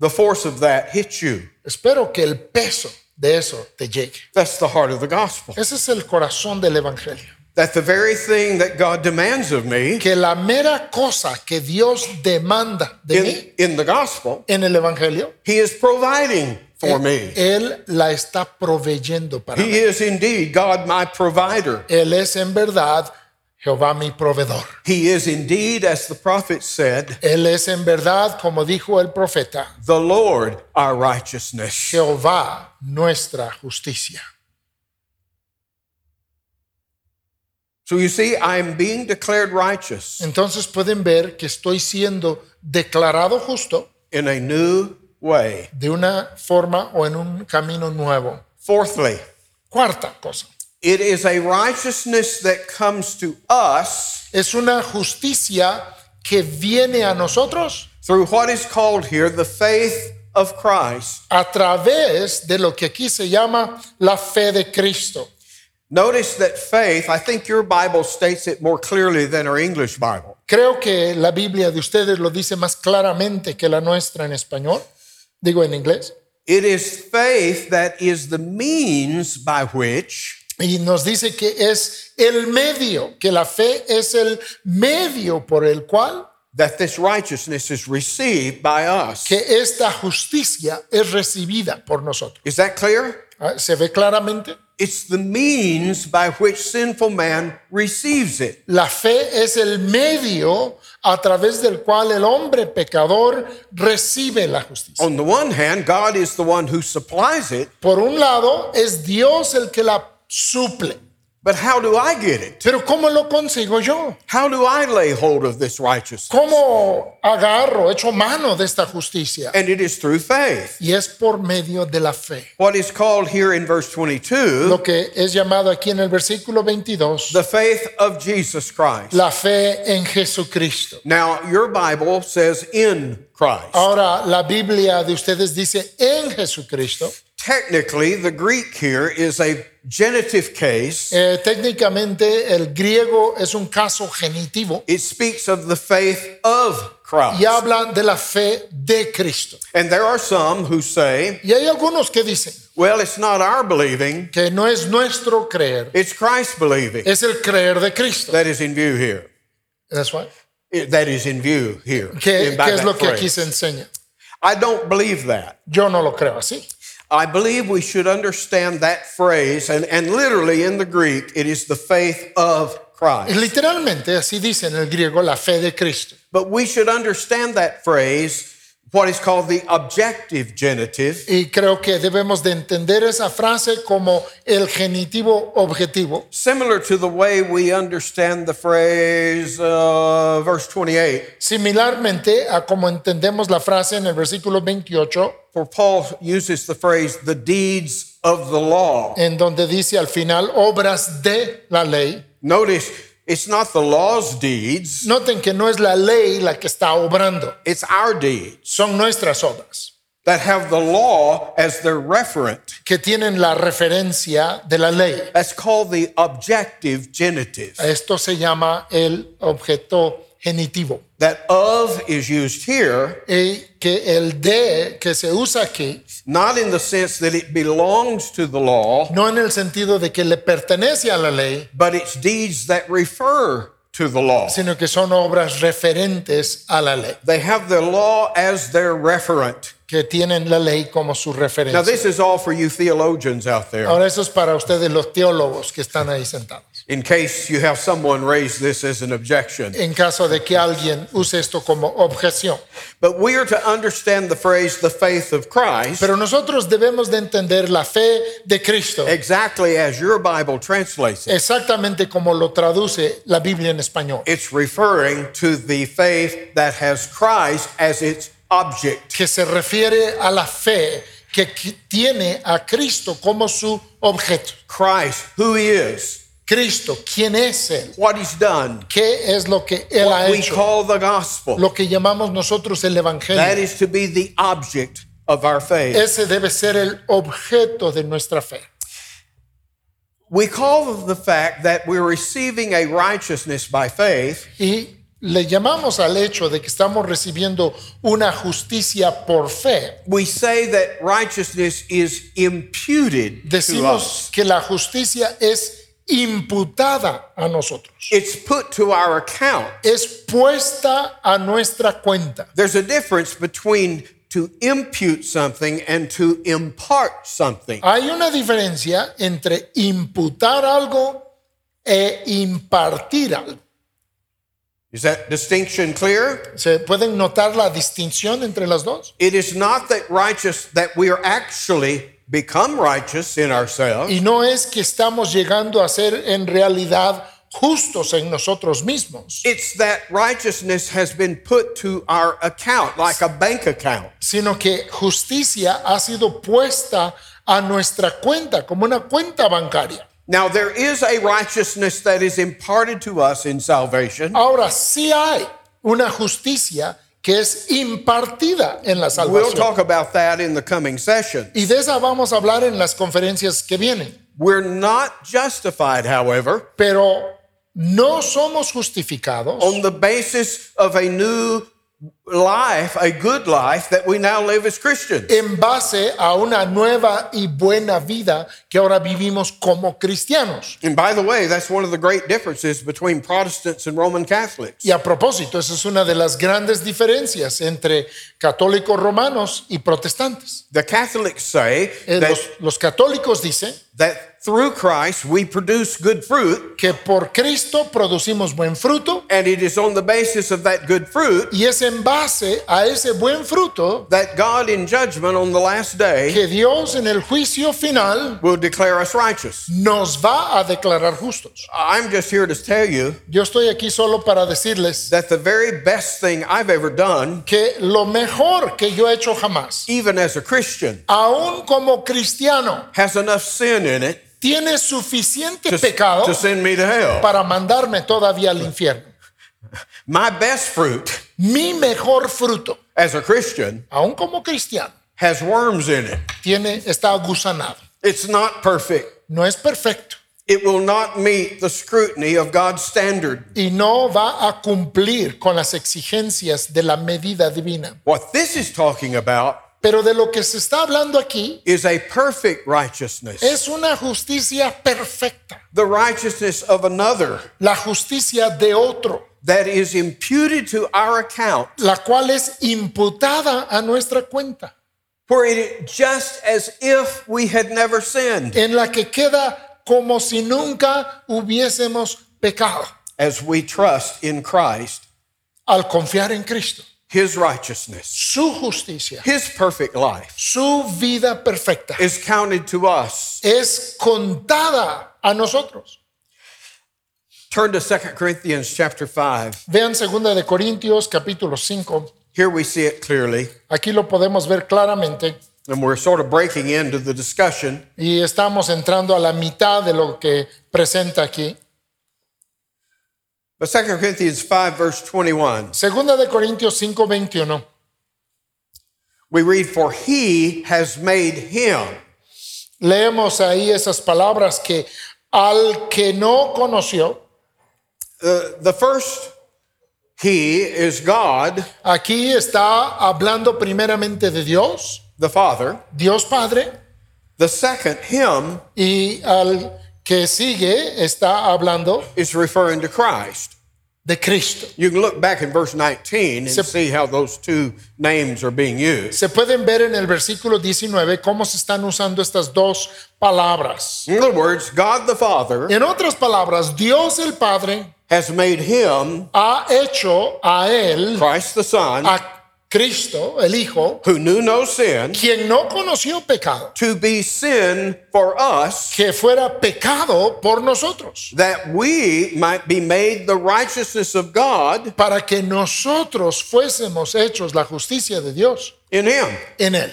[SPEAKER 1] the force of that hits you.
[SPEAKER 2] Espero que el peso de eso te llegue.
[SPEAKER 1] That's the heart of the gospel.
[SPEAKER 2] Ese es el corazón del Evangelio.
[SPEAKER 1] That the very thing that God demands of me
[SPEAKER 2] que la mera cosa que Dios demanda de
[SPEAKER 1] in,
[SPEAKER 2] mí
[SPEAKER 1] in the gospel,
[SPEAKER 2] en el Evangelio,
[SPEAKER 1] He is providing for me.
[SPEAKER 2] Él la está proveyendo para mí.
[SPEAKER 1] He is indeed God, my provider.
[SPEAKER 2] Él es en verdad Jehová mi proveedor.
[SPEAKER 1] He is indeed, as the prophet said,
[SPEAKER 2] Él es en verdad, como dijo el profeta,
[SPEAKER 1] the Lord our righteousness.
[SPEAKER 2] Jehová nuestra justicia.
[SPEAKER 1] So you see, I am being declared righteous
[SPEAKER 2] Entonces pueden ver que estoy siendo declarado justo
[SPEAKER 1] in a new way.
[SPEAKER 2] de una forma o en un camino nuevo.
[SPEAKER 1] Fourthly,
[SPEAKER 2] Cuarta cosa,
[SPEAKER 1] it is a righteousness that comes to us
[SPEAKER 2] es una justicia que viene a nosotros
[SPEAKER 1] through what is called here the faith of Christ.
[SPEAKER 2] a través de lo que aquí se llama la fe de Cristo.
[SPEAKER 1] Notice that faith, I think your Bible states it more clearly than our English Bible.
[SPEAKER 2] Creo que la Biblia de ustedes lo dice más claramente que la nuestra en español, digo en inglés.
[SPEAKER 1] It is faith that is the means by which
[SPEAKER 2] Y nos dice que es el medio, que la fe es el medio por el cual
[SPEAKER 1] that this righteousness is received by us.
[SPEAKER 2] que esta justicia es recibida por nosotros.
[SPEAKER 1] Is that clear?
[SPEAKER 2] Ah, ¿Se ve claramente?
[SPEAKER 1] It's the means by which sinful man receives it.
[SPEAKER 2] La fe es el medio a través del cual el hombre pecador recibe la justicia.
[SPEAKER 1] On the one hand, God is the one who supplies it,
[SPEAKER 2] Por un lado, es Dios el que la suple.
[SPEAKER 1] but how do I get it?
[SPEAKER 2] Pero ¿cómo lo consigo yo?
[SPEAKER 1] How do I lay hold of this righteousness?
[SPEAKER 2] ¿Cómo agarro, echo mano de esta justicia?
[SPEAKER 1] And it is through faith.
[SPEAKER 2] Y es por medio de la fe.
[SPEAKER 1] What is called here in verse 22
[SPEAKER 2] Lo que es llamado aquí en el versículo 22,
[SPEAKER 1] the faith of Jesus Christ.
[SPEAKER 2] la fe en Jesucristo.
[SPEAKER 1] Now, your Bible says in Christ.
[SPEAKER 2] Ahora, la Biblia de ustedes dice en Jesucristo.
[SPEAKER 1] Technically, the Greek here is a genitive case.
[SPEAKER 2] Eh, técnicamente, el griego es un caso genitivo
[SPEAKER 1] It speaks of the faith of Christ.
[SPEAKER 2] y habla de la fe de Cristo.
[SPEAKER 1] And there are some who say,
[SPEAKER 2] Y hay algunos que dicen
[SPEAKER 1] well, it's not our believing,
[SPEAKER 2] que no es nuestro creer,
[SPEAKER 1] it's Christ believing
[SPEAKER 2] es el creer de Cristo.
[SPEAKER 1] that is in view here.
[SPEAKER 2] That's why.
[SPEAKER 1] It- That is in view here.
[SPEAKER 2] ¿Qué,
[SPEAKER 1] by
[SPEAKER 2] qué es
[SPEAKER 1] that
[SPEAKER 2] lo que aquí
[SPEAKER 1] phrase.
[SPEAKER 2] se enseña?
[SPEAKER 1] I don't believe that.
[SPEAKER 2] Yo no lo creo así.
[SPEAKER 1] I believe we should understand that phrase, and, and literally in the Greek, it is the faith of
[SPEAKER 2] Y
[SPEAKER 1] Christ.
[SPEAKER 2] Literalmente, así dice en el griego la fe de Cristo.
[SPEAKER 1] But we should understand that phrase, what is called the objective genitive,
[SPEAKER 2] Y creo que debemos de entender esa frase como el genitivo objetivo,
[SPEAKER 1] similar to the way we understand the phrase, uh, verse 28.
[SPEAKER 2] similarmente a como entendemos la frase en el versículo 28,
[SPEAKER 1] For Paul uses the phrase, the deeds of the law.
[SPEAKER 2] en donde dice al final obras de la ley.
[SPEAKER 1] Notice it's not the law's deeds,
[SPEAKER 2] Noten que no es la ley la que está obrando,
[SPEAKER 1] it's our deeds
[SPEAKER 2] son nuestras obras,
[SPEAKER 1] that have the law as their referent.
[SPEAKER 2] que tienen la referencia de la ley.
[SPEAKER 1] That's called the objective genitive.
[SPEAKER 2] Esto se llama el objeto genitivo.
[SPEAKER 1] That of is used here,
[SPEAKER 2] Y que el de que se usa aquí
[SPEAKER 1] not in the sense that it belongs to the law,
[SPEAKER 2] no en el sentido de que le pertenece a la ley,
[SPEAKER 1] but it's deeds that refer to the law.
[SPEAKER 2] sino que son obras referentes a la ley,
[SPEAKER 1] They have the law as their referent.
[SPEAKER 2] que tienen la ley como su
[SPEAKER 1] Now,
[SPEAKER 2] referencia.
[SPEAKER 1] this is all for you theologians out there.
[SPEAKER 2] Ahora eso es para ustedes los teólogos que están ahí sentados,
[SPEAKER 1] in case you have someone raise this as an objection.
[SPEAKER 2] en caso de que alguien use esto como objeción.
[SPEAKER 1] But we are to understand the phrase the faith of Christ
[SPEAKER 2] Pero nosotros debemos de entender la fe de Cristo
[SPEAKER 1] exactly as your Bible translates it.
[SPEAKER 2] exactamente como lo traduce la Biblia en español,
[SPEAKER 1] It's referring to the faith that has Christ as its object.
[SPEAKER 2] que se refiere a la fe que qui- tiene a Cristo como su objeto.
[SPEAKER 1] Christ, who he is,
[SPEAKER 2] Cristo, ¿quién es Él?
[SPEAKER 1] what he's done,
[SPEAKER 2] ¿Qué es lo que Él ha
[SPEAKER 1] what we
[SPEAKER 2] hecho?
[SPEAKER 1] call the gospel.
[SPEAKER 2] lo que llamamos nosotros el
[SPEAKER 1] That
[SPEAKER 2] Evangelio.
[SPEAKER 1] is to be the object of our faith.
[SPEAKER 2] Ese debe ser el objeto de nuestra fe.
[SPEAKER 1] We call the fact that we're receiving a righteousness by faith
[SPEAKER 2] Y le llamamos al hecho de que estamos recibiendo una justicia por fe.
[SPEAKER 1] we say that righteousness is imputed to us.
[SPEAKER 2] Decimos que la justicia es imputada a nosotros.
[SPEAKER 1] It's put to our account.
[SPEAKER 2] Es puesta a nuestra cuenta.
[SPEAKER 1] There's a difference between to impute something and to impart something.
[SPEAKER 2] Hay una diferencia entre imputar algo e impartir algo.
[SPEAKER 1] Is that distinction clear?
[SPEAKER 2] ¿Se pueden notar la distinción entre las dos?
[SPEAKER 1] It is not that righteous that we are actually become righteous in ourselves.
[SPEAKER 2] Y no es que estamos llegando a ser en realidad justos en nosotros mismos,
[SPEAKER 1] It's that righteousness has been put to our account like a bank account.
[SPEAKER 2] sino que justicia ha sido puesta a nuestra cuenta como una cuenta bancaria.
[SPEAKER 1] Now there is a righteousness that is imparted to us in salvation.
[SPEAKER 2] Ahora sí hay una justicia que es impartida en la
[SPEAKER 1] We'll
[SPEAKER 2] salvación.
[SPEAKER 1] talk about that in the coming session.
[SPEAKER 2] Y de esa vamos a hablar en las conferencias que vienen.
[SPEAKER 1] We're not justified, however,
[SPEAKER 2] Pero no somos justificados
[SPEAKER 1] on the basis of a new life, a good life that we now live as Christians.
[SPEAKER 2] en base a una nueva y buena vida que ahora vivimos como cristianos.
[SPEAKER 1] And by the way, that's one of the great differences between Protestants and Roman Catholics.
[SPEAKER 2] Y a propósito, esa es una de las grandes diferencias entre católicos romanos y protestantes.
[SPEAKER 1] The Catholics say
[SPEAKER 2] Eh,
[SPEAKER 1] that,
[SPEAKER 2] los, los católicos dicen
[SPEAKER 1] that through Christ we produce good fruit,
[SPEAKER 2] que por Cristo producimos buen fruto
[SPEAKER 1] and it is on the basis of that good fruit
[SPEAKER 2] y es en base a ese buen fruto
[SPEAKER 1] that God, in judgment on the last day,
[SPEAKER 2] que Dios en el juicio final
[SPEAKER 1] will declare us righteous.
[SPEAKER 2] nos va a declarar justos.
[SPEAKER 1] I'm just here to tell you
[SPEAKER 2] Yo estoy aquí solo para decirles
[SPEAKER 1] that the very best thing I've ever done,
[SPEAKER 2] que lo mejor que yo he hecho jamás,
[SPEAKER 1] even as a Christian,
[SPEAKER 2] aún como cristiano,
[SPEAKER 1] has enough sin in it
[SPEAKER 2] tiene suficiente
[SPEAKER 1] to,
[SPEAKER 2] pecado
[SPEAKER 1] to send me to hell.
[SPEAKER 2] para mandarme todavía al infierno.
[SPEAKER 1] My best fruit
[SPEAKER 2] Mi mejor fruto,
[SPEAKER 1] as a Christian
[SPEAKER 2] aún como cristiano,
[SPEAKER 1] has worms in it.
[SPEAKER 2] tiene está gusanado.
[SPEAKER 1] It's not perfect.
[SPEAKER 2] No es perfecto
[SPEAKER 1] It will not meet the scrutiny of God's standard.
[SPEAKER 2] y no va a cumplir con las exigencias de la medida divina.
[SPEAKER 1] What this is talking about
[SPEAKER 2] Pero de lo que se está hablando aquí
[SPEAKER 1] is a perfect righteousness,
[SPEAKER 2] es una justicia perfecta,
[SPEAKER 1] the righteousness of another
[SPEAKER 2] la justicia de otro,
[SPEAKER 1] that is imputed to our account,
[SPEAKER 2] la cual es imputada a nuestra cuenta,
[SPEAKER 1] for it just as if we had never sinned.
[SPEAKER 2] en la que queda como si nunca hubiésemos pecado.
[SPEAKER 1] As we trust in Christ,
[SPEAKER 2] al confiar en Cristo,
[SPEAKER 1] His righteousness,
[SPEAKER 2] su justicia,
[SPEAKER 1] His perfect life
[SPEAKER 2] su vida perfecta
[SPEAKER 1] is counted to us.
[SPEAKER 2] es contada a nosotros.
[SPEAKER 1] Turn to 2 Corinthians chapter 5.
[SPEAKER 2] Vean 2 de Corintios capítulo 5.
[SPEAKER 1] Here we see it clearly,
[SPEAKER 2] Aquí lo podemos ver claramente
[SPEAKER 1] and we're sort of breaking into the discussion.
[SPEAKER 2] y estamos entrando a la mitad de lo que presenta aquí.
[SPEAKER 1] But 2 Corinthians 5, verse 21,
[SPEAKER 2] 2 de Corintios 5, 21.
[SPEAKER 1] we read, For he has made him.
[SPEAKER 2] Leemos ahí esas palabras que al que no conoció,
[SPEAKER 1] Uh, the first he is God,
[SPEAKER 2] aquí está hablando primeramente de Dios,
[SPEAKER 1] the Father.
[SPEAKER 2] Dios Padre,
[SPEAKER 1] The second him
[SPEAKER 2] Y al que sigue está hablando
[SPEAKER 1] is referring to Christ.
[SPEAKER 2] de Cristo.
[SPEAKER 1] You can look back in verse 19 and
[SPEAKER 2] Se-
[SPEAKER 1] see how those two names are being used.
[SPEAKER 2] Se pueden ver en el versículo 19 cómo se están usando estas dos palabras.
[SPEAKER 1] In other words, God the Father
[SPEAKER 2] En otras palabras, Dios el Padre
[SPEAKER 1] has made him,
[SPEAKER 2] ha hecho a él,
[SPEAKER 1] Christ the Son,
[SPEAKER 2] a Cristo, el Hijo,
[SPEAKER 1] who knew no sin,
[SPEAKER 2] quien no conoció pecado,
[SPEAKER 1] to be sin for us
[SPEAKER 2] que fuera pecado por nosotros,
[SPEAKER 1] that we might be made the righteousness of God
[SPEAKER 2] para que nosotros fuésemos hechos la justicia de Dios
[SPEAKER 1] in Him.
[SPEAKER 2] en él.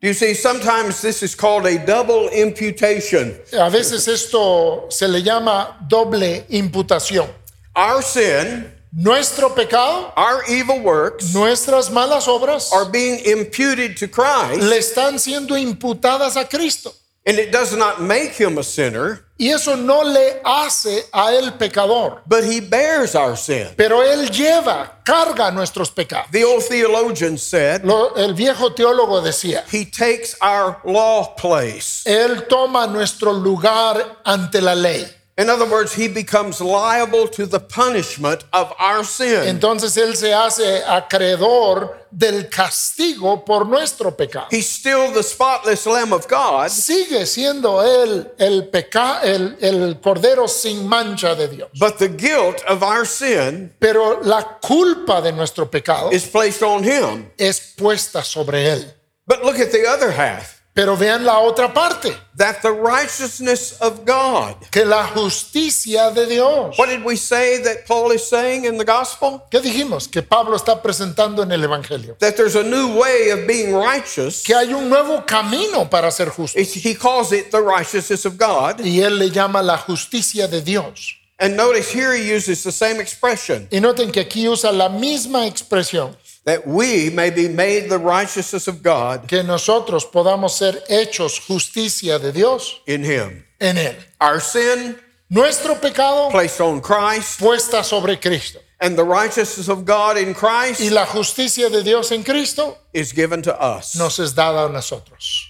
[SPEAKER 1] You see, sometimes this is called a double imputation.
[SPEAKER 2] A veces esto se le llama doble imputación.
[SPEAKER 1] Our sin,
[SPEAKER 2] Nuestro pecado,
[SPEAKER 1] our evil works
[SPEAKER 2] nuestras malas obras
[SPEAKER 1] are being imputed to Christ,
[SPEAKER 2] le están siendo imputadas a Cristo.
[SPEAKER 1] and it does not make Him a sinner,
[SPEAKER 2] Y eso no le hace a él pecador,
[SPEAKER 1] but He bears our sin.
[SPEAKER 2] pero él lleva, carga nuestros pecados.
[SPEAKER 1] The old theologian said,
[SPEAKER 2] Lo- el viejo teólogo decía,
[SPEAKER 1] He takes our law place.
[SPEAKER 2] él toma nuestro lugar ante la ley.
[SPEAKER 1] In other words, He becomes liable to the punishment of our sin.
[SPEAKER 2] Entonces él se hace acreedor del castigo por nuestro pecado.
[SPEAKER 1] He's still the spotless Lamb of God,
[SPEAKER 2] Sigue siendo él el, peca- el, el cordero sin mancha de Dios.
[SPEAKER 1] But the guilt of our sin
[SPEAKER 2] Pero la culpa de nuestro pecado
[SPEAKER 1] is placed on him.
[SPEAKER 2] es puesta sobre él.
[SPEAKER 1] But look at the other half
[SPEAKER 2] Pero vean la otra parte,
[SPEAKER 1] that the righteousness of God.
[SPEAKER 2] que la justicia de Dios.
[SPEAKER 1] What did we say that Paul is saying in the gospel?
[SPEAKER 2] ¿Qué dijimos? Que Pablo está presentando en el Evangelio.
[SPEAKER 1] That there's a new way of being righteous.
[SPEAKER 2] Que hay un nuevo camino para ser justo.
[SPEAKER 1] It's- he calls it the righteousness of God.
[SPEAKER 2] Y él le llama la justicia de Dios.
[SPEAKER 1] And notice here he uses the same expression
[SPEAKER 2] Y noten que aquí usa la misma expresión,
[SPEAKER 1] that we may be made the righteousness of God
[SPEAKER 2] que nosotros podamos ser hechos justicia de Dios
[SPEAKER 1] in him.
[SPEAKER 2] en él.
[SPEAKER 1] Our sin
[SPEAKER 2] Nuestro pecado
[SPEAKER 1] placed on Christ,
[SPEAKER 2] puesta sobre Cristo.
[SPEAKER 1] And the righteousness of God in
[SPEAKER 2] y
[SPEAKER 1] Christ
[SPEAKER 2] la justicia de Dios en Cristo
[SPEAKER 1] is given to us.
[SPEAKER 2] nos es dada a nosotros.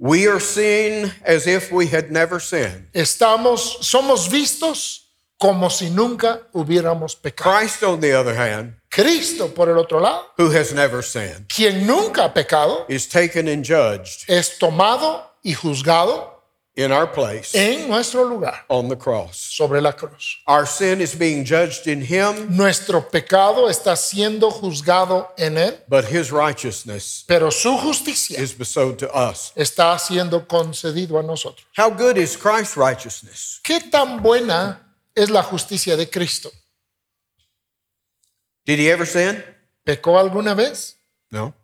[SPEAKER 1] We are seen as if we had never sinned.
[SPEAKER 2] Estamos, somos vistos como si nunca hubiéramos pecado.
[SPEAKER 1] Christ, on the other hand,
[SPEAKER 2] Cristo, por el otro lado,
[SPEAKER 1] who has never sinned,
[SPEAKER 2] quien nunca ha pecado,
[SPEAKER 1] is taken and judged
[SPEAKER 2] es tomado y juzgado
[SPEAKER 1] in our place
[SPEAKER 2] en nuestro lugar,
[SPEAKER 1] on the cross.
[SPEAKER 2] sobre la cruz.
[SPEAKER 1] Our sin is being judged in Him,
[SPEAKER 2] Nuestro pecado está siendo juzgado en él,
[SPEAKER 1] but His righteousness
[SPEAKER 2] pero su justicia
[SPEAKER 1] is bestowed to us.
[SPEAKER 2] está siendo concedido a nosotros.
[SPEAKER 1] How good is Christ's righteousness?
[SPEAKER 2] ¿Qué tan buena es la justicia de Cristo?
[SPEAKER 1] Did He ever sin?
[SPEAKER 2] ¿Pecó alguna vez?
[SPEAKER 1] No.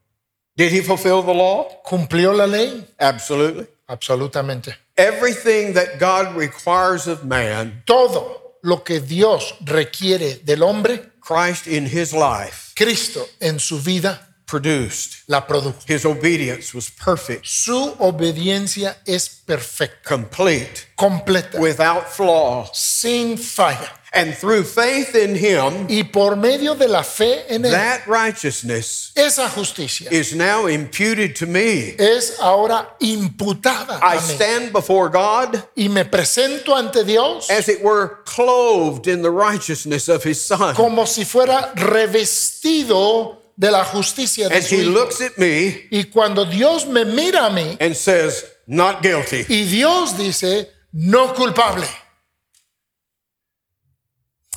[SPEAKER 1] Did He fulfill the law?
[SPEAKER 2] ¿Cumplió la ley?
[SPEAKER 1] Absolutely.
[SPEAKER 2] Absolutamente.
[SPEAKER 1] Everything that God requires of man,
[SPEAKER 2] Todo lo que Dios requiere del hombre,
[SPEAKER 1] Christ in His life
[SPEAKER 2] Cristo en su vida
[SPEAKER 1] produced.
[SPEAKER 2] la produjo.
[SPEAKER 1] His obedience was perfect,
[SPEAKER 2] Su obediencia es perfecta,
[SPEAKER 1] complete,
[SPEAKER 2] completa,
[SPEAKER 1] without flaw.
[SPEAKER 2] sin falla.
[SPEAKER 1] And through faith in Him,
[SPEAKER 2] Y por medio de la fe en él,
[SPEAKER 1] that righteousness
[SPEAKER 2] esa justicia
[SPEAKER 1] is now imputed to me.
[SPEAKER 2] es ahora imputada
[SPEAKER 1] I
[SPEAKER 2] a mí.
[SPEAKER 1] stand before God,
[SPEAKER 2] Y me presento ante Dios
[SPEAKER 1] as it were, clothed in the righteousness of His Son.
[SPEAKER 2] como si fuera revestido de la justicia de
[SPEAKER 1] And
[SPEAKER 2] su
[SPEAKER 1] He
[SPEAKER 2] Hijo.
[SPEAKER 1] looks at me
[SPEAKER 2] Y cuando Dios me mira a mí
[SPEAKER 1] and says, Not guilty.
[SPEAKER 2] y Dios dice, no culpable.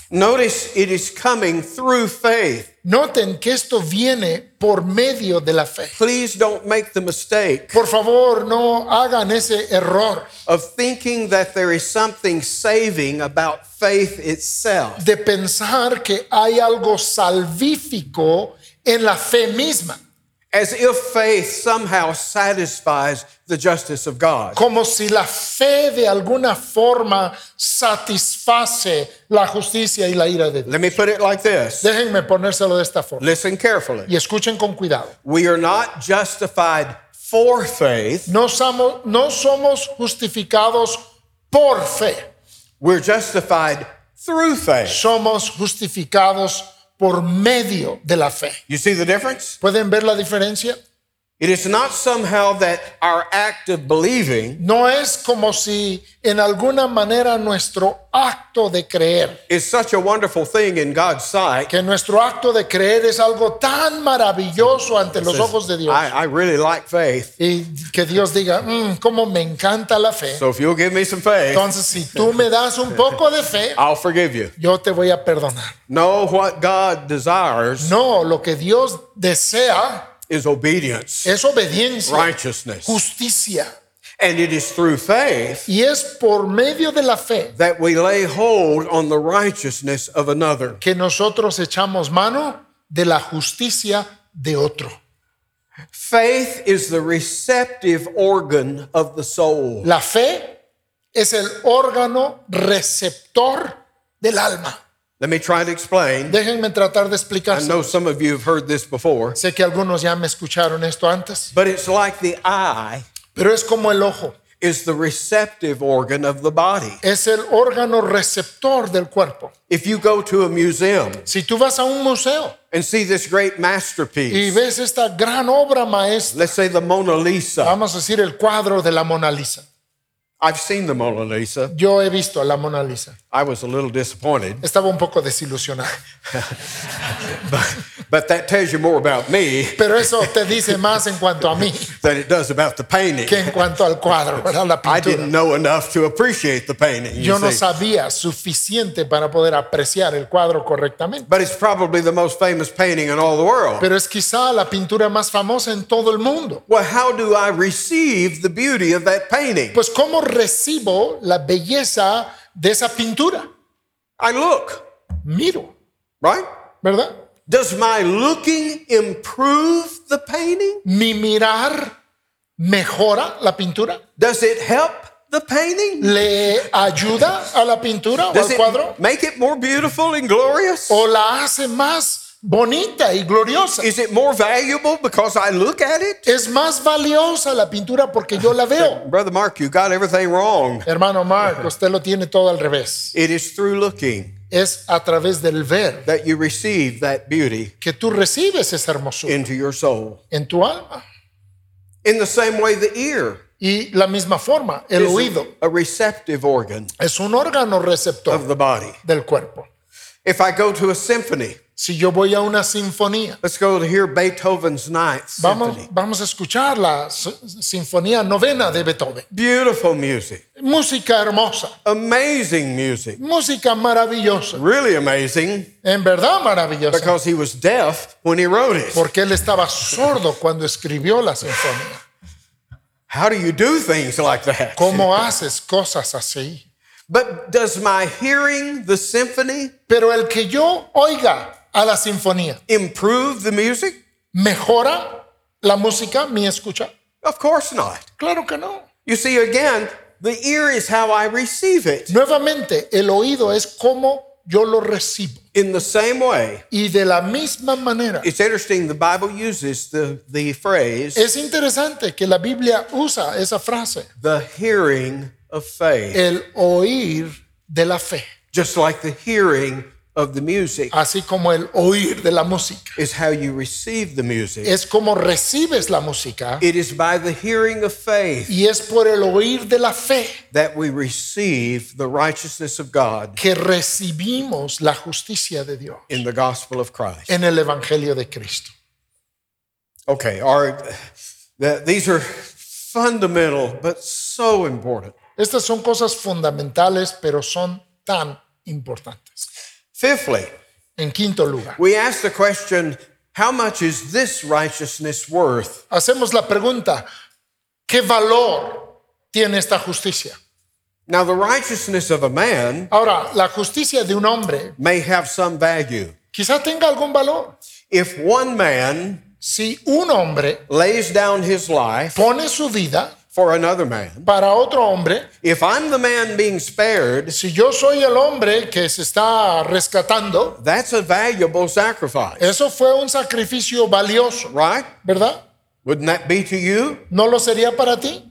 [SPEAKER 1] Notice it is coming through faith.
[SPEAKER 2] Noten que esto viene por medio de la fe.
[SPEAKER 1] Please don't make the mistake
[SPEAKER 2] Por favor, no hagan ese error
[SPEAKER 1] of thinking that there is something saving about faith itself.
[SPEAKER 2] de pensar que hay algo salvífico en la fe misma,
[SPEAKER 1] as if faith somehow satisfies the justice of God.
[SPEAKER 2] como si la fe de alguna forma satisface la justicia y la ira de Dios.
[SPEAKER 1] Let me put it like this
[SPEAKER 2] Déjenme ponérselo de esta forma
[SPEAKER 1] listen carefully.
[SPEAKER 2] y escuchen con cuidado.
[SPEAKER 1] We are not justified for faith,
[SPEAKER 2] No somos, no somos justificados por fe,
[SPEAKER 1] we're justified through faith.
[SPEAKER 2] somos justificados por medio de la fe.
[SPEAKER 1] You see the difference?
[SPEAKER 2] ¿Pueden ver la diferencia?
[SPEAKER 1] It is not somehow that our act of believing
[SPEAKER 2] No es como si en alguna manera nuestro acto de creer,
[SPEAKER 1] is such a wonderful thing in God's sight.
[SPEAKER 2] que nuestro acto de creer es algo tan maravilloso ante los ojos de Dios.
[SPEAKER 1] I, I really like faith,
[SPEAKER 2] Y que Dios diga, "Mm, cómo me encanta la fe.
[SPEAKER 1] so if you'll give me some faith,
[SPEAKER 2] Entonces, si tú me das un poco de fe,
[SPEAKER 1] I'll forgive you.
[SPEAKER 2] yo te voy a perdonar.
[SPEAKER 1] No, what God desires
[SPEAKER 2] No, lo que Dios desea
[SPEAKER 1] is obedience,
[SPEAKER 2] es obediencia,
[SPEAKER 1] righteousness.
[SPEAKER 2] justicia.
[SPEAKER 1] And it is through faith
[SPEAKER 2] Y es por medio de la fe
[SPEAKER 1] that we lay hold on the righteousness of another.
[SPEAKER 2] que nosotros echamos mano de la justicia de otro.
[SPEAKER 1] Faith is the receptive organ of the soul.
[SPEAKER 2] La fe es el órgano receptor del alma.
[SPEAKER 1] Let me try to explain.
[SPEAKER 2] Déjenme tratar
[SPEAKER 1] I
[SPEAKER 2] de explicarse.
[SPEAKER 1] know some of you have heard this before,
[SPEAKER 2] Sé que algunos ya me escucharon esto antes,
[SPEAKER 1] but it's like the eye
[SPEAKER 2] pero es como el ojo.
[SPEAKER 1] is the receptive organ of the body.
[SPEAKER 2] Es el órgano receptor del cuerpo.
[SPEAKER 1] If you go to a museum
[SPEAKER 2] Si tú vas a un museo
[SPEAKER 1] and see this great
[SPEAKER 2] y
[SPEAKER 1] masterpiece,
[SPEAKER 2] ves esta gran obra maestra,
[SPEAKER 1] let's say the Mona Lisa.
[SPEAKER 2] vamos a decir el cuadro de la Mona Lisa.
[SPEAKER 1] I've seen the Mona Lisa.
[SPEAKER 2] Yo he visto a la Mona Lisa.
[SPEAKER 1] I was a little disappointed,
[SPEAKER 2] Estaba un poco desilusionado,
[SPEAKER 1] but that tells you more about me
[SPEAKER 2] pero eso te dice más en cuanto a mí
[SPEAKER 1] than it does about the painting.
[SPEAKER 2] que en cuanto al cuadro, ¿verdad? la
[SPEAKER 1] I
[SPEAKER 2] pintura.
[SPEAKER 1] didn't know enough to appreciate the painting. you
[SPEAKER 2] Yo no
[SPEAKER 1] see.
[SPEAKER 2] sabía suficiente para poder apreciar el cuadro correctamente.
[SPEAKER 1] But it's probably the most famous painting in all the world.
[SPEAKER 2] Pero es quizá la pintura más famosa en todo el mundo.
[SPEAKER 1] well, how do I receive the beauty of that painting?
[SPEAKER 2] Pues ¿cómo recibo la belleza de esa pintura?
[SPEAKER 1] I look,
[SPEAKER 2] Miro,
[SPEAKER 1] right?
[SPEAKER 2] ¿verdad?
[SPEAKER 1] Does my looking improve the painting?
[SPEAKER 2] Mi mirar mejora la pintura,
[SPEAKER 1] Does it help the painting?
[SPEAKER 2] le ayuda a la pintura o
[SPEAKER 1] Does
[SPEAKER 2] al cuadro
[SPEAKER 1] it make it more beautiful and glorious?
[SPEAKER 2] o la hace más bonita y gloriosa.
[SPEAKER 1] Is it more valuable because I look at it?
[SPEAKER 2] Es más valiosa la pintura porque yo la veo.
[SPEAKER 1] Brother Mark, you got everything wrong.
[SPEAKER 2] Hermano Mark, usted lo tiene todo al revés.
[SPEAKER 1] It is through looking
[SPEAKER 2] Es a través del ver
[SPEAKER 1] that you receive that beauty
[SPEAKER 2] que tú recibes esa hermosura
[SPEAKER 1] into your soul.
[SPEAKER 2] en tu alma.
[SPEAKER 1] In the same way, the ear
[SPEAKER 2] Y la misma forma, el
[SPEAKER 1] is
[SPEAKER 2] oído
[SPEAKER 1] a receptive organ
[SPEAKER 2] es un órgano
[SPEAKER 1] of
[SPEAKER 2] receptor
[SPEAKER 1] the body.
[SPEAKER 2] del cuerpo.
[SPEAKER 1] If I go to a symphony,
[SPEAKER 2] Si yo voy a una sinfonía,
[SPEAKER 1] let's go to hear Beethoven's Ninth
[SPEAKER 2] vamos,
[SPEAKER 1] Symphony.
[SPEAKER 2] vamos a escuchar la s- sinfonía novena de Beethoven.
[SPEAKER 1] Beautiful music,
[SPEAKER 2] Música hermosa,
[SPEAKER 1] amazing music,
[SPEAKER 2] música maravillosa,
[SPEAKER 1] really amazing
[SPEAKER 2] en verdad maravillosa,
[SPEAKER 1] because he was deaf when he wrote it.
[SPEAKER 2] porque él estaba sordo cuando escribió la sinfonía.
[SPEAKER 1] How do you do things like that?
[SPEAKER 2] ¿Cómo haces cosas así?
[SPEAKER 1] But does my hearing the symphony
[SPEAKER 2] Pero el que yo oiga a la sinfonía,
[SPEAKER 1] improve the music?
[SPEAKER 2] ¿mejora la música mi escucha?
[SPEAKER 1] Of course not.
[SPEAKER 2] Claro que no.
[SPEAKER 1] You see, again, the ear is how I receive it.
[SPEAKER 2] Nuevamente, el oído es como yo lo recibo.
[SPEAKER 1] In the same way,
[SPEAKER 2] Y de la misma manera,
[SPEAKER 1] it's interesting the Bible uses the, the phrase,
[SPEAKER 2] es interesante que la Biblia usa esa frase,
[SPEAKER 1] the hearing of faith,
[SPEAKER 2] el oír de la fe,
[SPEAKER 1] just like the hearing of the music
[SPEAKER 2] así como el oír de la música.
[SPEAKER 1] is how you receive the music.
[SPEAKER 2] Es como recibes la música
[SPEAKER 1] It is by the hearing of faith
[SPEAKER 2] y es por el oír de la fe
[SPEAKER 1] that we receive the righteousness of God
[SPEAKER 2] que recibimos la justicia de Dios
[SPEAKER 1] in the gospel of Christ.
[SPEAKER 2] en el Evangelio de Cristo.
[SPEAKER 1] Okay, our, that, these are fundamental but so important.
[SPEAKER 2] Estas son cosas fundamentales, pero son tan importantes.
[SPEAKER 1] Fifthly,
[SPEAKER 2] En quinto lugar,
[SPEAKER 1] we ask the question how much is this righteousness worth?
[SPEAKER 2] hacemos la pregunta, ¿qué valor tiene esta justicia?
[SPEAKER 1] Now, the righteousness of a man
[SPEAKER 2] Ahora, la justicia de un hombre
[SPEAKER 1] may have some value.
[SPEAKER 2] quizá tenga algún valor.
[SPEAKER 1] If one man
[SPEAKER 2] Si un hombre
[SPEAKER 1] lays down his life
[SPEAKER 2] pone su vida
[SPEAKER 1] for another man,
[SPEAKER 2] para otro hombre,
[SPEAKER 1] if I'm the man being spared,
[SPEAKER 2] si yo soy el hombre que se está rescatando,
[SPEAKER 1] that's a valuable sacrifice,
[SPEAKER 2] eso fue un sacrificio valioso,
[SPEAKER 1] right?
[SPEAKER 2] ¿verdad?
[SPEAKER 1] Wouldn't that be to you?
[SPEAKER 2] ¿No lo sería para ti?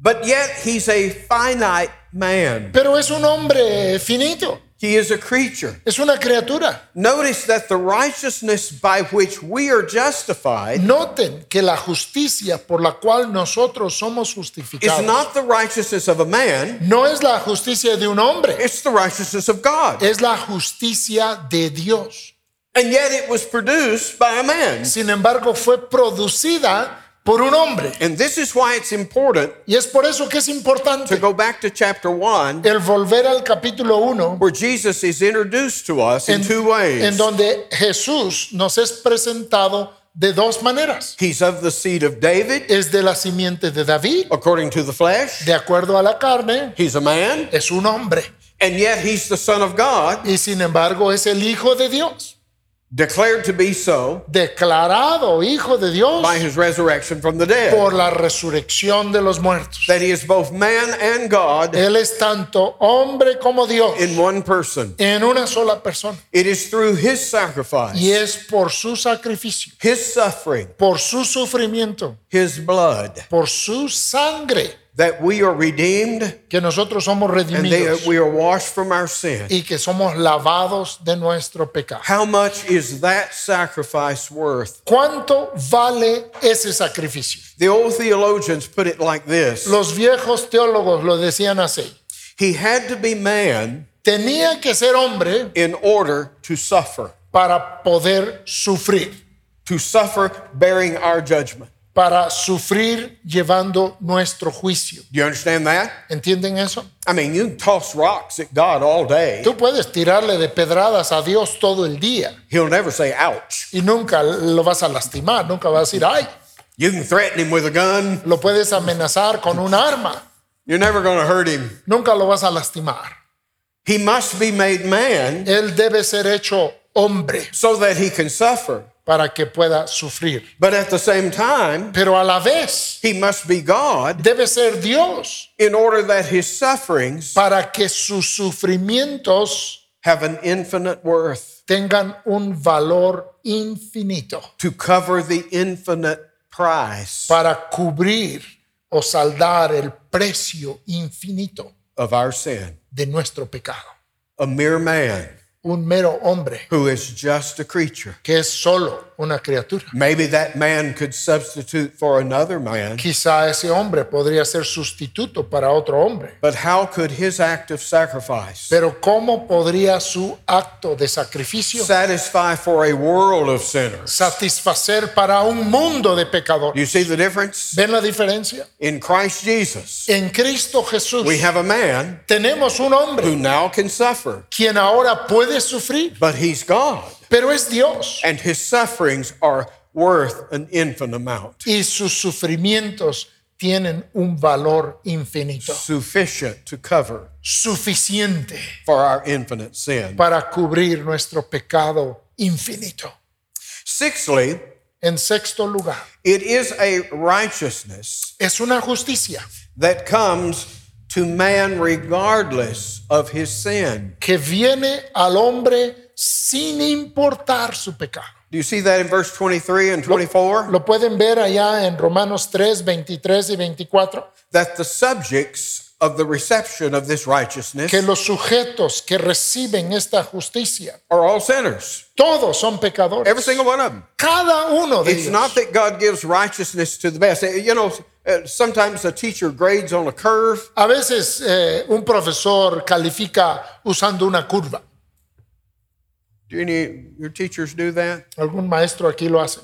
[SPEAKER 1] But yet, he's a finite man,
[SPEAKER 2] Pero es un hombre finito,
[SPEAKER 1] he is a creature.
[SPEAKER 2] es una criatura.
[SPEAKER 1] Notice that the righteousness by which we are justified
[SPEAKER 2] Noten que la justicia por la cual nosotros somos
[SPEAKER 1] is
[SPEAKER 2] justificados
[SPEAKER 1] not the righteousness of a man,
[SPEAKER 2] no es la justicia de un hombre,
[SPEAKER 1] it's the righteousness of God.
[SPEAKER 2] es la justicia de Dios.
[SPEAKER 1] And yet it was produced by a man.
[SPEAKER 2] Sin embargo, fue producida por un hombre.
[SPEAKER 1] And this is why it's important
[SPEAKER 2] Y es por eso que es
[SPEAKER 1] to
[SPEAKER 2] importante
[SPEAKER 1] go back to chapter 1,
[SPEAKER 2] el volver al capítulo 1,
[SPEAKER 1] where Jesus is introduced to us in
[SPEAKER 2] en,
[SPEAKER 1] two ways.
[SPEAKER 2] en donde Jesús nos es presentado de dos maneras.
[SPEAKER 1] He's of the seed of David,
[SPEAKER 2] Es de la simiente de David,
[SPEAKER 1] according to the flesh.
[SPEAKER 2] de acuerdo a la carne,
[SPEAKER 1] He's a man,
[SPEAKER 2] es un hombre.
[SPEAKER 1] and yet he's the Son of God,
[SPEAKER 2] Y sin embargo es el Hijo de Dios,
[SPEAKER 1] declared to be so
[SPEAKER 2] declarado Hijo de Dios
[SPEAKER 1] by his resurrection from the dead.
[SPEAKER 2] por la resurrección de los muertos.
[SPEAKER 1] That he is both man and God
[SPEAKER 2] Él es tanto hombre como Dios
[SPEAKER 1] in one person.
[SPEAKER 2] en una sola persona.
[SPEAKER 1] It is through his
[SPEAKER 2] Y
[SPEAKER 1] sacrifice,
[SPEAKER 2] es por su sacrificio,
[SPEAKER 1] his suffering,
[SPEAKER 2] por su sufrimiento,
[SPEAKER 1] his blood,
[SPEAKER 2] por su sangre
[SPEAKER 1] that we are redeemed
[SPEAKER 2] que nosotros somos
[SPEAKER 1] and they,
[SPEAKER 2] redimidos
[SPEAKER 1] we are washed from our sin.
[SPEAKER 2] y que somos lavados de nuestro pecado.
[SPEAKER 1] How much is that sacrifice worth?
[SPEAKER 2] ¿Cuánto vale ese sacrificio?
[SPEAKER 1] The old theologians put it like this
[SPEAKER 2] Los viejos teólogos lo decían así.
[SPEAKER 1] He had to be man
[SPEAKER 2] Tenía que ser hombre
[SPEAKER 1] in order to suffer,
[SPEAKER 2] para poder sufrir,
[SPEAKER 1] to suffer bearing our judgment.
[SPEAKER 2] para sufrir llevando nuestro juicio.
[SPEAKER 1] Do you understand that?
[SPEAKER 2] ¿Entienden eso?
[SPEAKER 1] I mean, you can toss rocks at God all day,
[SPEAKER 2] Tú puedes tirarle de pedradas a Dios todo el día
[SPEAKER 1] He'll never say, ouch.
[SPEAKER 2] y nunca lo vas a lastimar, nunca vas a decir, ay,
[SPEAKER 1] You can threaten Him with a gun,
[SPEAKER 2] lo puedes amenazar con un arma,
[SPEAKER 1] you're never going to hurt Him.
[SPEAKER 2] nunca lo vas a lastimar.
[SPEAKER 1] He must be made man
[SPEAKER 2] Él debe ser hecho hombre
[SPEAKER 1] so that He can suffer.
[SPEAKER 2] para que pueda sufrir,
[SPEAKER 1] But at the same time,
[SPEAKER 2] pero a la vez
[SPEAKER 1] He must be God
[SPEAKER 2] debe ser Dios
[SPEAKER 1] in order that His sufferings
[SPEAKER 2] para que sus sufrimientos
[SPEAKER 1] have an infinite worth.
[SPEAKER 2] tengan un valor infinito
[SPEAKER 1] to cover the infinite price
[SPEAKER 2] para cubrir o saldar el precio infinito
[SPEAKER 1] of our sin.
[SPEAKER 2] de nuestro pecado.
[SPEAKER 1] a mere man
[SPEAKER 2] un mero hombre
[SPEAKER 1] who is just a creature.
[SPEAKER 2] que es solo una criatura.
[SPEAKER 1] Maybe that man could substitute for another man,
[SPEAKER 2] Quizá ese hombre podría ser sustituto para otro hombre.
[SPEAKER 1] but how could his act of sacrifice
[SPEAKER 2] Pero ¿cómo podría su acto de sacrificio
[SPEAKER 1] satisfy for a world of sinners?
[SPEAKER 2] satisfacer para un mundo de
[SPEAKER 1] Do
[SPEAKER 2] pecadores?
[SPEAKER 1] you see the difference?
[SPEAKER 2] ¿Ven la diferencia?
[SPEAKER 1] In Christ Jesus,
[SPEAKER 2] En Cristo Jesús
[SPEAKER 1] we have a man
[SPEAKER 2] tenemos un
[SPEAKER 1] who
[SPEAKER 2] hombre
[SPEAKER 1] now can suffer,
[SPEAKER 2] quien ahora puede sufrir,
[SPEAKER 1] but he's God,
[SPEAKER 2] pero es Dios.
[SPEAKER 1] and his sufferings are worth an infinite amount,
[SPEAKER 2] Y sus sufrimientos tienen un valor infinito,
[SPEAKER 1] sufficient to cover
[SPEAKER 2] suficiente
[SPEAKER 1] for our infinite sin.
[SPEAKER 2] para cubrir nuestro pecado infinito.
[SPEAKER 1] Sixthly,
[SPEAKER 2] En sexto lugar,
[SPEAKER 1] it is a righteousness
[SPEAKER 2] es una justicia
[SPEAKER 1] that comes to man regardless of his sin.
[SPEAKER 2] que viene al hombre sin importar su pecado.
[SPEAKER 1] Do you see that in verse 23 and 24?
[SPEAKER 2] Lo pueden ver allá en Romanos 3, 23 y 24,
[SPEAKER 1] That the subjects of the reception of this righteousness
[SPEAKER 2] que los sujetos que reciben esta justicia,
[SPEAKER 1] are all sinners,
[SPEAKER 2] todos son pecadores.
[SPEAKER 1] every single one of them.
[SPEAKER 2] Cada uno de
[SPEAKER 1] It's not
[SPEAKER 2] ellos.
[SPEAKER 1] that God gives righteousness to the best. You know, uh, sometimes a teacher grades on a curve.
[SPEAKER 2] A veces eh, un profesor califica usando una curva.
[SPEAKER 1] Do any of your teachers do that?
[SPEAKER 2] Algún maestro aquí lo hace.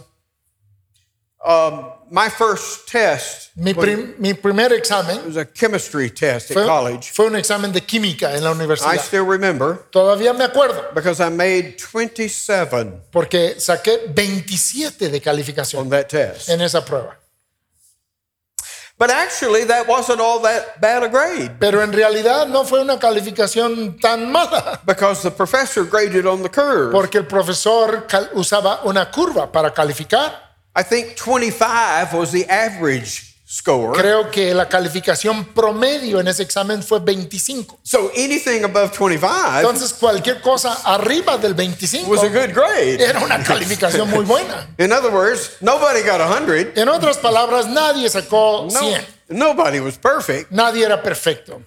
[SPEAKER 1] Um, my first test
[SPEAKER 2] Mi, prim- mi primer examen
[SPEAKER 1] Pues was a chemistry test at
[SPEAKER 2] fue,
[SPEAKER 1] college.
[SPEAKER 2] fue un examen de química en la
[SPEAKER 1] I
[SPEAKER 2] universidad.
[SPEAKER 1] still remember
[SPEAKER 2] Todavía me acuerdo
[SPEAKER 1] because I made 27
[SPEAKER 2] porque saqué 27 de calificación.
[SPEAKER 1] on that test.
[SPEAKER 2] en esa prueba.
[SPEAKER 1] But actually, that wasn't all that bad a grade
[SPEAKER 2] Pero en realidad no fue una calificación tan mala,
[SPEAKER 1] because the professor graded on the curve.
[SPEAKER 2] porque el profesor cal- usaba una curva para calificar.
[SPEAKER 1] I think 25 was the average score.
[SPEAKER 2] Creo que la calificación promedio en ese examen fue 25.
[SPEAKER 1] So anything above 25
[SPEAKER 2] Entonces cualquier cosa arriba del
[SPEAKER 1] was a
[SPEAKER 2] 25
[SPEAKER 1] good grade.
[SPEAKER 2] era una calificación muy buena.
[SPEAKER 1] In other words, nobody got 100.
[SPEAKER 2] En otras palabras, nadie sacó 100.
[SPEAKER 1] nobody was perfect.
[SPEAKER 2] Nadie era perfecto.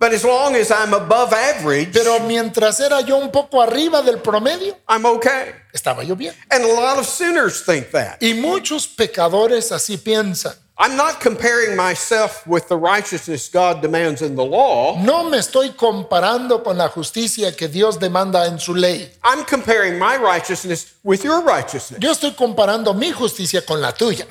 [SPEAKER 1] But as long as I'm above average,
[SPEAKER 2] Pero mientras era yo un poco arriba del promedio,
[SPEAKER 1] I'm okay.
[SPEAKER 2] estaba yo bien.
[SPEAKER 1] And a lot of sinners think that.
[SPEAKER 2] Y muchos pecadores así piensan.
[SPEAKER 1] I'm not comparing myself with the righteousness God demands in the law.
[SPEAKER 2] No me estoy comparando con la justicia que Dios demanda en su ley.
[SPEAKER 1] I'm comparing my righteousness with your righteousness.
[SPEAKER 2] Yo estoy comparando mi justicia con la tuya.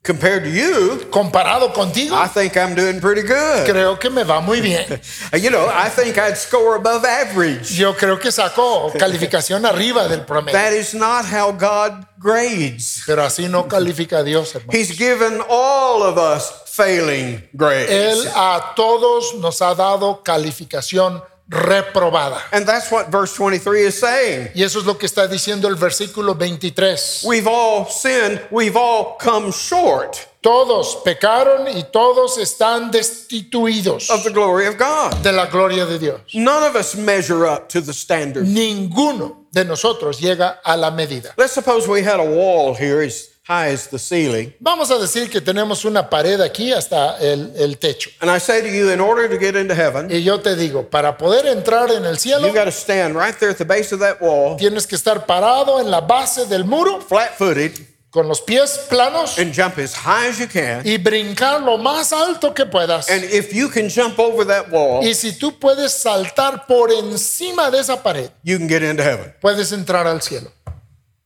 [SPEAKER 1] Compared to you,
[SPEAKER 2] Comparado contigo,
[SPEAKER 1] I think I'm doing pretty good. Uh,
[SPEAKER 2] creo que me va muy bien.
[SPEAKER 1] You know, I think I'd score above average.
[SPEAKER 2] Yo creo que saco calificación arriba del promedio.
[SPEAKER 1] That is not how God grades.
[SPEAKER 2] Pero así no califica a Dios, hermano.
[SPEAKER 1] He's given all of us failing
[SPEAKER 2] Él
[SPEAKER 1] grades.
[SPEAKER 2] a todos nos ha dado calificación reprobada.
[SPEAKER 1] And that's what verse 23 is saying.
[SPEAKER 2] Y eso es lo que está diciendo el versículo 23.
[SPEAKER 1] We've all sinned, we've all come short
[SPEAKER 2] Todos pecaron y todos están destituidos
[SPEAKER 1] of the glory of God.
[SPEAKER 2] de la gloria de Dios.
[SPEAKER 1] None of us measure up to the standard.
[SPEAKER 2] ninguno de nosotros llega a la medida.
[SPEAKER 1] Let's suppose we had a wall here as high as the ceiling.
[SPEAKER 2] Vamos a decir que tenemos una pared aquí hasta el, el techo.
[SPEAKER 1] And I say to you, in order to get into heaven,
[SPEAKER 2] Y yo te digo, para poder entrar en el cielo,
[SPEAKER 1] You've got to stand right there at the base of that wall,
[SPEAKER 2] tienes que estar parado en la base del muro,
[SPEAKER 1] flat footed,
[SPEAKER 2] con los pies planos,
[SPEAKER 1] and jump as high as you can.
[SPEAKER 2] y brincar lo más alto que puedas.
[SPEAKER 1] And if you can jump over that wall,
[SPEAKER 2] Y si tú puedes saltar por encima de esa pared,
[SPEAKER 1] you can get into heaven.
[SPEAKER 2] puedes entrar al cielo.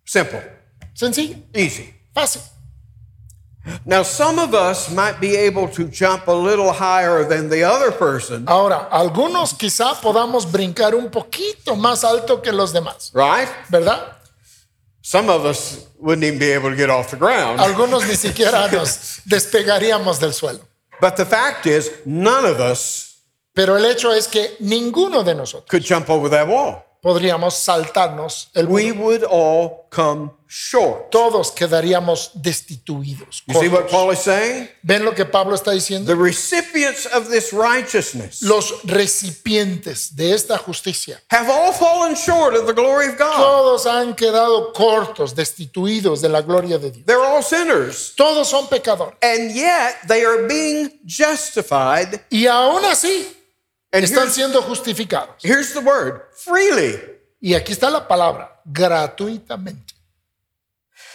[SPEAKER 1] Simple,
[SPEAKER 2] Sencillo,
[SPEAKER 1] easy.
[SPEAKER 2] fácil.
[SPEAKER 1] Now, some of us might be able to jump a little higher than the other person,
[SPEAKER 2] Ahora, algunos quizá podamos brincar un poquito más alto que los demás,
[SPEAKER 1] right?
[SPEAKER 2] ¿verdad?
[SPEAKER 1] Some of us wouldn't even be able to get off the ground.
[SPEAKER 2] Algunos ni siquiera nos despegaríamos del suelo.
[SPEAKER 1] But the fact is, none of us
[SPEAKER 2] Pero el hecho es que ninguno de nosotros
[SPEAKER 1] could jump over that wall.
[SPEAKER 2] podríamos saltarnos el muro.
[SPEAKER 1] We would all come short.
[SPEAKER 2] Todos quedaríamos destituidos.
[SPEAKER 1] You see what
[SPEAKER 2] cortos.
[SPEAKER 1] Paul is saying?
[SPEAKER 2] ¿Ven lo que Pablo está diciendo?
[SPEAKER 1] The recipients of this righteousness
[SPEAKER 2] Los recipientes de esta justicia,
[SPEAKER 1] have all fallen short of the glory of God.
[SPEAKER 2] todos han quedado cortos, destituidos de la gloria de Dios.
[SPEAKER 1] They're all sinners.
[SPEAKER 2] Todos son pecadores.
[SPEAKER 1] And yet they are being justified
[SPEAKER 2] Y aún así,
[SPEAKER 1] And
[SPEAKER 2] están
[SPEAKER 1] here's,
[SPEAKER 2] siendo justificados.
[SPEAKER 1] here's the word freely.
[SPEAKER 2] Y aquí está la palabra, gratuitamente.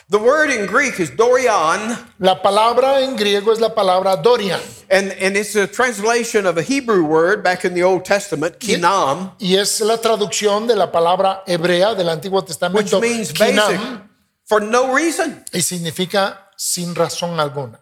[SPEAKER 1] The word in Greek is dorian,
[SPEAKER 2] La palabra en griego es la palabra dorian
[SPEAKER 1] and, and it's a translation of a Hebrew word back in the Old Testament, kinam,
[SPEAKER 2] y es la traducción de la palabra hebrea del Antiguo
[SPEAKER 1] which
[SPEAKER 2] Testamento
[SPEAKER 1] means basic,
[SPEAKER 2] kinam,
[SPEAKER 1] for no reason,
[SPEAKER 2] y significa sin razón alguna,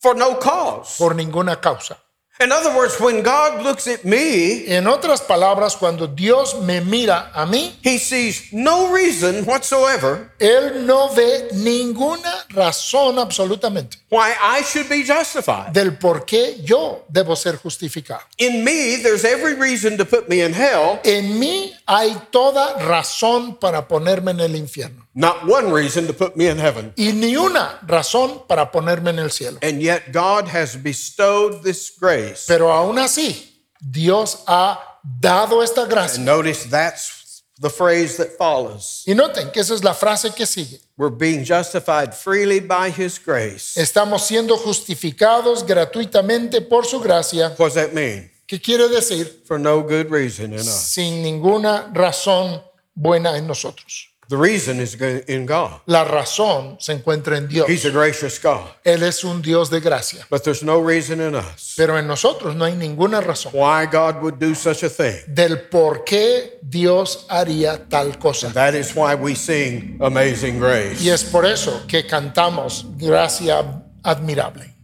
[SPEAKER 1] for no cause.
[SPEAKER 2] por ninguna causa.
[SPEAKER 1] In other words, when God looks at me,
[SPEAKER 2] En otras palabras, cuando Dios me mira a mí,
[SPEAKER 1] he sees no reason whatsoever
[SPEAKER 2] Él no ve ninguna razón absolutamente
[SPEAKER 1] why I should be justified.
[SPEAKER 2] del por qué yo debo ser justificado.
[SPEAKER 1] In me, there's every reason to put me in hell,
[SPEAKER 2] En mí hay toda razón para ponerme en el infierno
[SPEAKER 1] not one reason to put me in heaven.
[SPEAKER 2] y ni una razón para ponerme en el cielo.
[SPEAKER 1] And yet, God has bestowed this grace.
[SPEAKER 2] Pero aún así, Dios ha dado esta gracia.
[SPEAKER 1] Notice that's the phrase that follows.
[SPEAKER 2] Y noten que esa es la frase que sigue.
[SPEAKER 1] We're being justified freely by His grace.
[SPEAKER 2] Estamos siendo justificados gratuitamente por su gracia.
[SPEAKER 1] What does that mean?
[SPEAKER 2] ¿Qué quiere decir?
[SPEAKER 1] For no good reason in us.
[SPEAKER 2] Sin ninguna razón buena en nosotros.
[SPEAKER 1] The reason is go- in God.
[SPEAKER 2] La razón se encuentra en Dios.
[SPEAKER 1] He's a gracious God,
[SPEAKER 2] Él es un Dios de gracia.
[SPEAKER 1] but there's no reason in us
[SPEAKER 2] Pero en nosotros no hay ninguna razón
[SPEAKER 1] why God would do such a thing.
[SPEAKER 2] del por qué Dios haría tal cosa.
[SPEAKER 1] That is why we sing Amazing Grace.
[SPEAKER 2] Y es por eso que cantamos gracia admirable.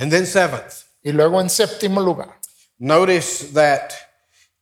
[SPEAKER 1] And then, seventh,
[SPEAKER 2] Y luego en séptimo lugar,
[SPEAKER 1] notice that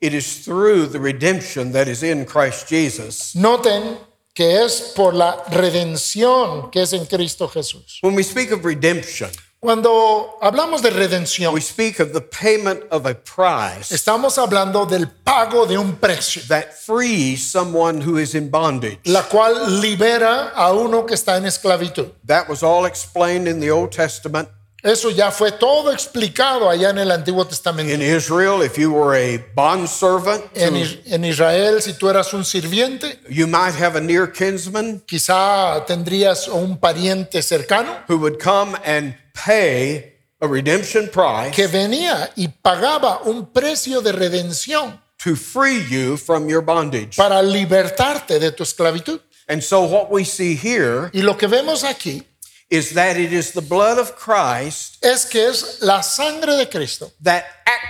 [SPEAKER 1] it is through the redemption that is in Christ Jesus.
[SPEAKER 2] noten que es por la redención que es en Cristo Jesús.
[SPEAKER 1] When we speak of redemption,
[SPEAKER 2] Cuando hablamos de redención,
[SPEAKER 1] we speak of the payment of a price
[SPEAKER 2] estamos hablando del pago de un precio,
[SPEAKER 1] that frees someone who is in bondage.
[SPEAKER 2] la cual libera a uno que está en esclavitud.
[SPEAKER 1] That was all explained in the Old Testament.
[SPEAKER 2] Eso ya fue todo explicado allá en el Antiguo Testamento.
[SPEAKER 1] In Israel, if you were a bondservant,
[SPEAKER 2] En, Is- en Israel, si tú eras un sirviente,
[SPEAKER 1] you might have a near kinsman
[SPEAKER 2] quizá tendrías un pariente cercano
[SPEAKER 1] who would come and pay a redemption price
[SPEAKER 2] que venía y pagaba un precio de redención
[SPEAKER 1] to free you from your bondage.
[SPEAKER 2] para libertarte de tu esclavitud.
[SPEAKER 1] And so, what we see here
[SPEAKER 2] Y lo que vemos aquí
[SPEAKER 1] is that it is the blood of Christ
[SPEAKER 2] es que es la sangre de Cristo,
[SPEAKER 1] that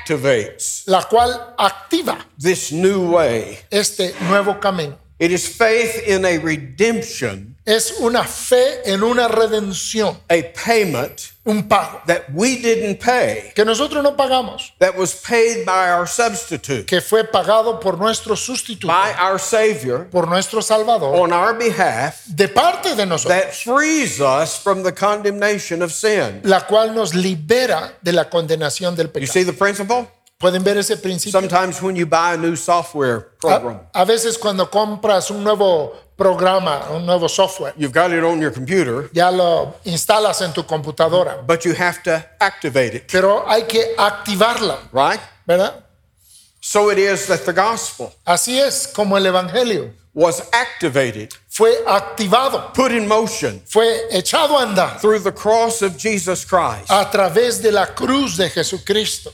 [SPEAKER 1] activates
[SPEAKER 2] la cual activa
[SPEAKER 1] this new way.
[SPEAKER 2] este nuevo camino.
[SPEAKER 1] It is faith in a redemption,
[SPEAKER 2] Es una fe en una redención,
[SPEAKER 1] a payment
[SPEAKER 2] un pago
[SPEAKER 1] that we didn't pay,
[SPEAKER 2] que nosotros no pagamos,
[SPEAKER 1] that was paid by our substitute,
[SPEAKER 2] que fue pagado por nuestro sustituto,
[SPEAKER 1] by our Savior
[SPEAKER 2] por nuestro Salvador,
[SPEAKER 1] on our behalf,
[SPEAKER 2] de parte de nosotros,
[SPEAKER 1] that frees us from the condemnation of sin.
[SPEAKER 2] la cual nos libera de la condenación del
[SPEAKER 1] You
[SPEAKER 2] pecado.
[SPEAKER 1] see the principle?
[SPEAKER 2] ¿Pueden ver ese principio?
[SPEAKER 1] Sometimes when you buy a new software program,
[SPEAKER 2] A, a veces cuando compras un nuevo programa, un nuevo software,
[SPEAKER 1] you've got it on your computer,
[SPEAKER 2] ya lo instalas en tu computadora,
[SPEAKER 1] but you have to activate it,
[SPEAKER 2] pero hay que activarla,
[SPEAKER 1] right?
[SPEAKER 2] ¿verdad?
[SPEAKER 1] So it is that the gospel
[SPEAKER 2] Así es como el Evangelio
[SPEAKER 1] was activated,
[SPEAKER 2] fue activado,
[SPEAKER 1] put in motion
[SPEAKER 2] fue echado a andar
[SPEAKER 1] through the cross of Jesus Christ.
[SPEAKER 2] a través de la cruz de Jesucristo.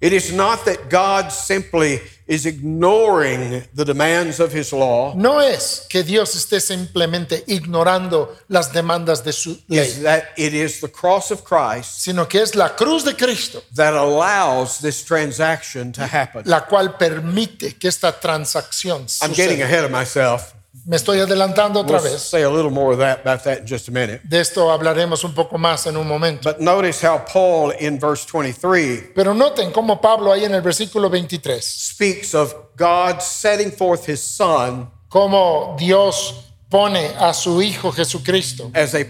[SPEAKER 1] It is not that God simply is ignoring the demands of his law,
[SPEAKER 2] No es que Dios esté simplemente ignorando las demandas de su
[SPEAKER 1] it's
[SPEAKER 2] ley,
[SPEAKER 1] that it is the cross of Christ
[SPEAKER 2] sino que es la cruz de Cristo
[SPEAKER 1] that allows this transaction to happen.
[SPEAKER 2] la cual permite que esta transacción
[SPEAKER 1] I'm getting
[SPEAKER 2] suceda.
[SPEAKER 1] ahead of myself.
[SPEAKER 2] Me estoy adelantando otra
[SPEAKER 1] We'll
[SPEAKER 2] vez.
[SPEAKER 1] say a little more of that about that in just a minute.
[SPEAKER 2] De esto hablaremos un poco más en un momento.
[SPEAKER 1] But notice how Paul in verse 23
[SPEAKER 2] Pero noten cómo Pablo ahí en el versículo 23,
[SPEAKER 1] speaks of God setting forth his son
[SPEAKER 2] cómo Dios pone a su Hijo Jesucristo
[SPEAKER 1] as a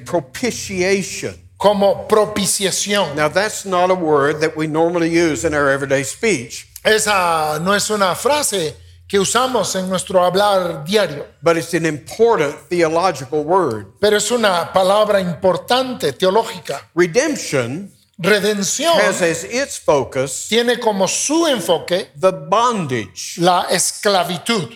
[SPEAKER 1] propitiation.
[SPEAKER 2] como propiciación.
[SPEAKER 1] Now, that's not a word that we normally use in our everyday speech,
[SPEAKER 2] Esa no es una frase que usamos en nuestro hablar diario,
[SPEAKER 1] but it's an important theological word.
[SPEAKER 2] pero es una palabra importante teológica.
[SPEAKER 1] Redemption
[SPEAKER 2] Redención
[SPEAKER 1] has as its focus
[SPEAKER 2] tiene como su enfoque
[SPEAKER 1] the bondage
[SPEAKER 2] la esclavitud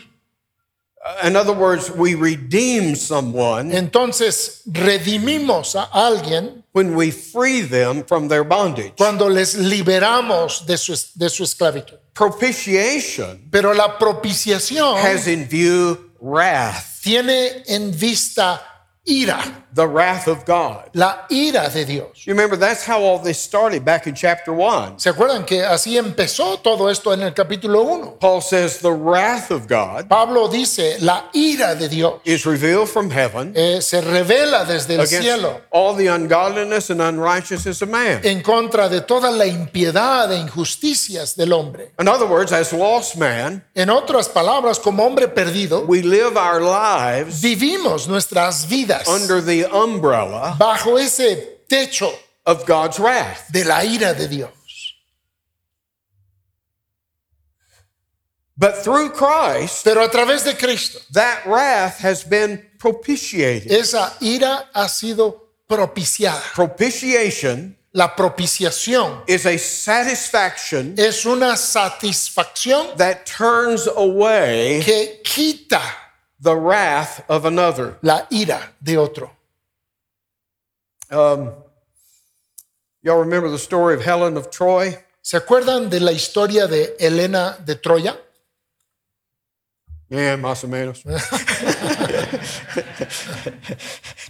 [SPEAKER 1] In other words, we redeem someone
[SPEAKER 2] Entonces, redimimos a alguien
[SPEAKER 1] when we free them from their bondage.
[SPEAKER 2] cuando les liberamos de su, de su esclavitud.
[SPEAKER 1] Propitiation
[SPEAKER 2] Pero la propiciación
[SPEAKER 1] has in view wrath,
[SPEAKER 2] tiene en vista ira,
[SPEAKER 1] the wrath of God.
[SPEAKER 2] la ira de Dios.
[SPEAKER 1] You remember, that's how all this started back in chapter 1.
[SPEAKER 2] ¿Se acuerdan que así empezó todo esto en el capítulo 1?
[SPEAKER 1] Paul says, The wrath of God
[SPEAKER 2] Pablo dice, la ira de Dios
[SPEAKER 1] is revealed from heaven
[SPEAKER 2] eh, se revela desde el cielo
[SPEAKER 1] against all the ungodliness and unrighteousness of man.
[SPEAKER 2] en contra de toda la impiedad e injusticias del hombre.
[SPEAKER 1] In other words, as lost man,
[SPEAKER 2] En otras palabras, como hombre perdido,
[SPEAKER 1] we live our lives
[SPEAKER 2] vivimos nuestras vidas
[SPEAKER 1] under the umbrella
[SPEAKER 2] bajo ese techo
[SPEAKER 1] of God's wrath.
[SPEAKER 2] de la ira de Dios.
[SPEAKER 1] But through Christ,
[SPEAKER 2] Pero a través de Cristo,
[SPEAKER 1] that wrath has been propitiated.
[SPEAKER 2] esa ira ha sido propiciada.
[SPEAKER 1] Propitiation
[SPEAKER 2] La propiciación
[SPEAKER 1] is a satisfaction
[SPEAKER 2] es una satisfacción
[SPEAKER 1] that turns away
[SPEAKER 2] que quita
[SPEAKER 1] the wrath of another.
[SPEAKER 2] la ira de otro.
[SPEAKER 1] Um, y'all remember the story of Helen of Troy?
[SPEAKER 2] ¿Se acuerdan de la historia de Helena de Troya?
[SPEAKER 1] Yeah, más o menos.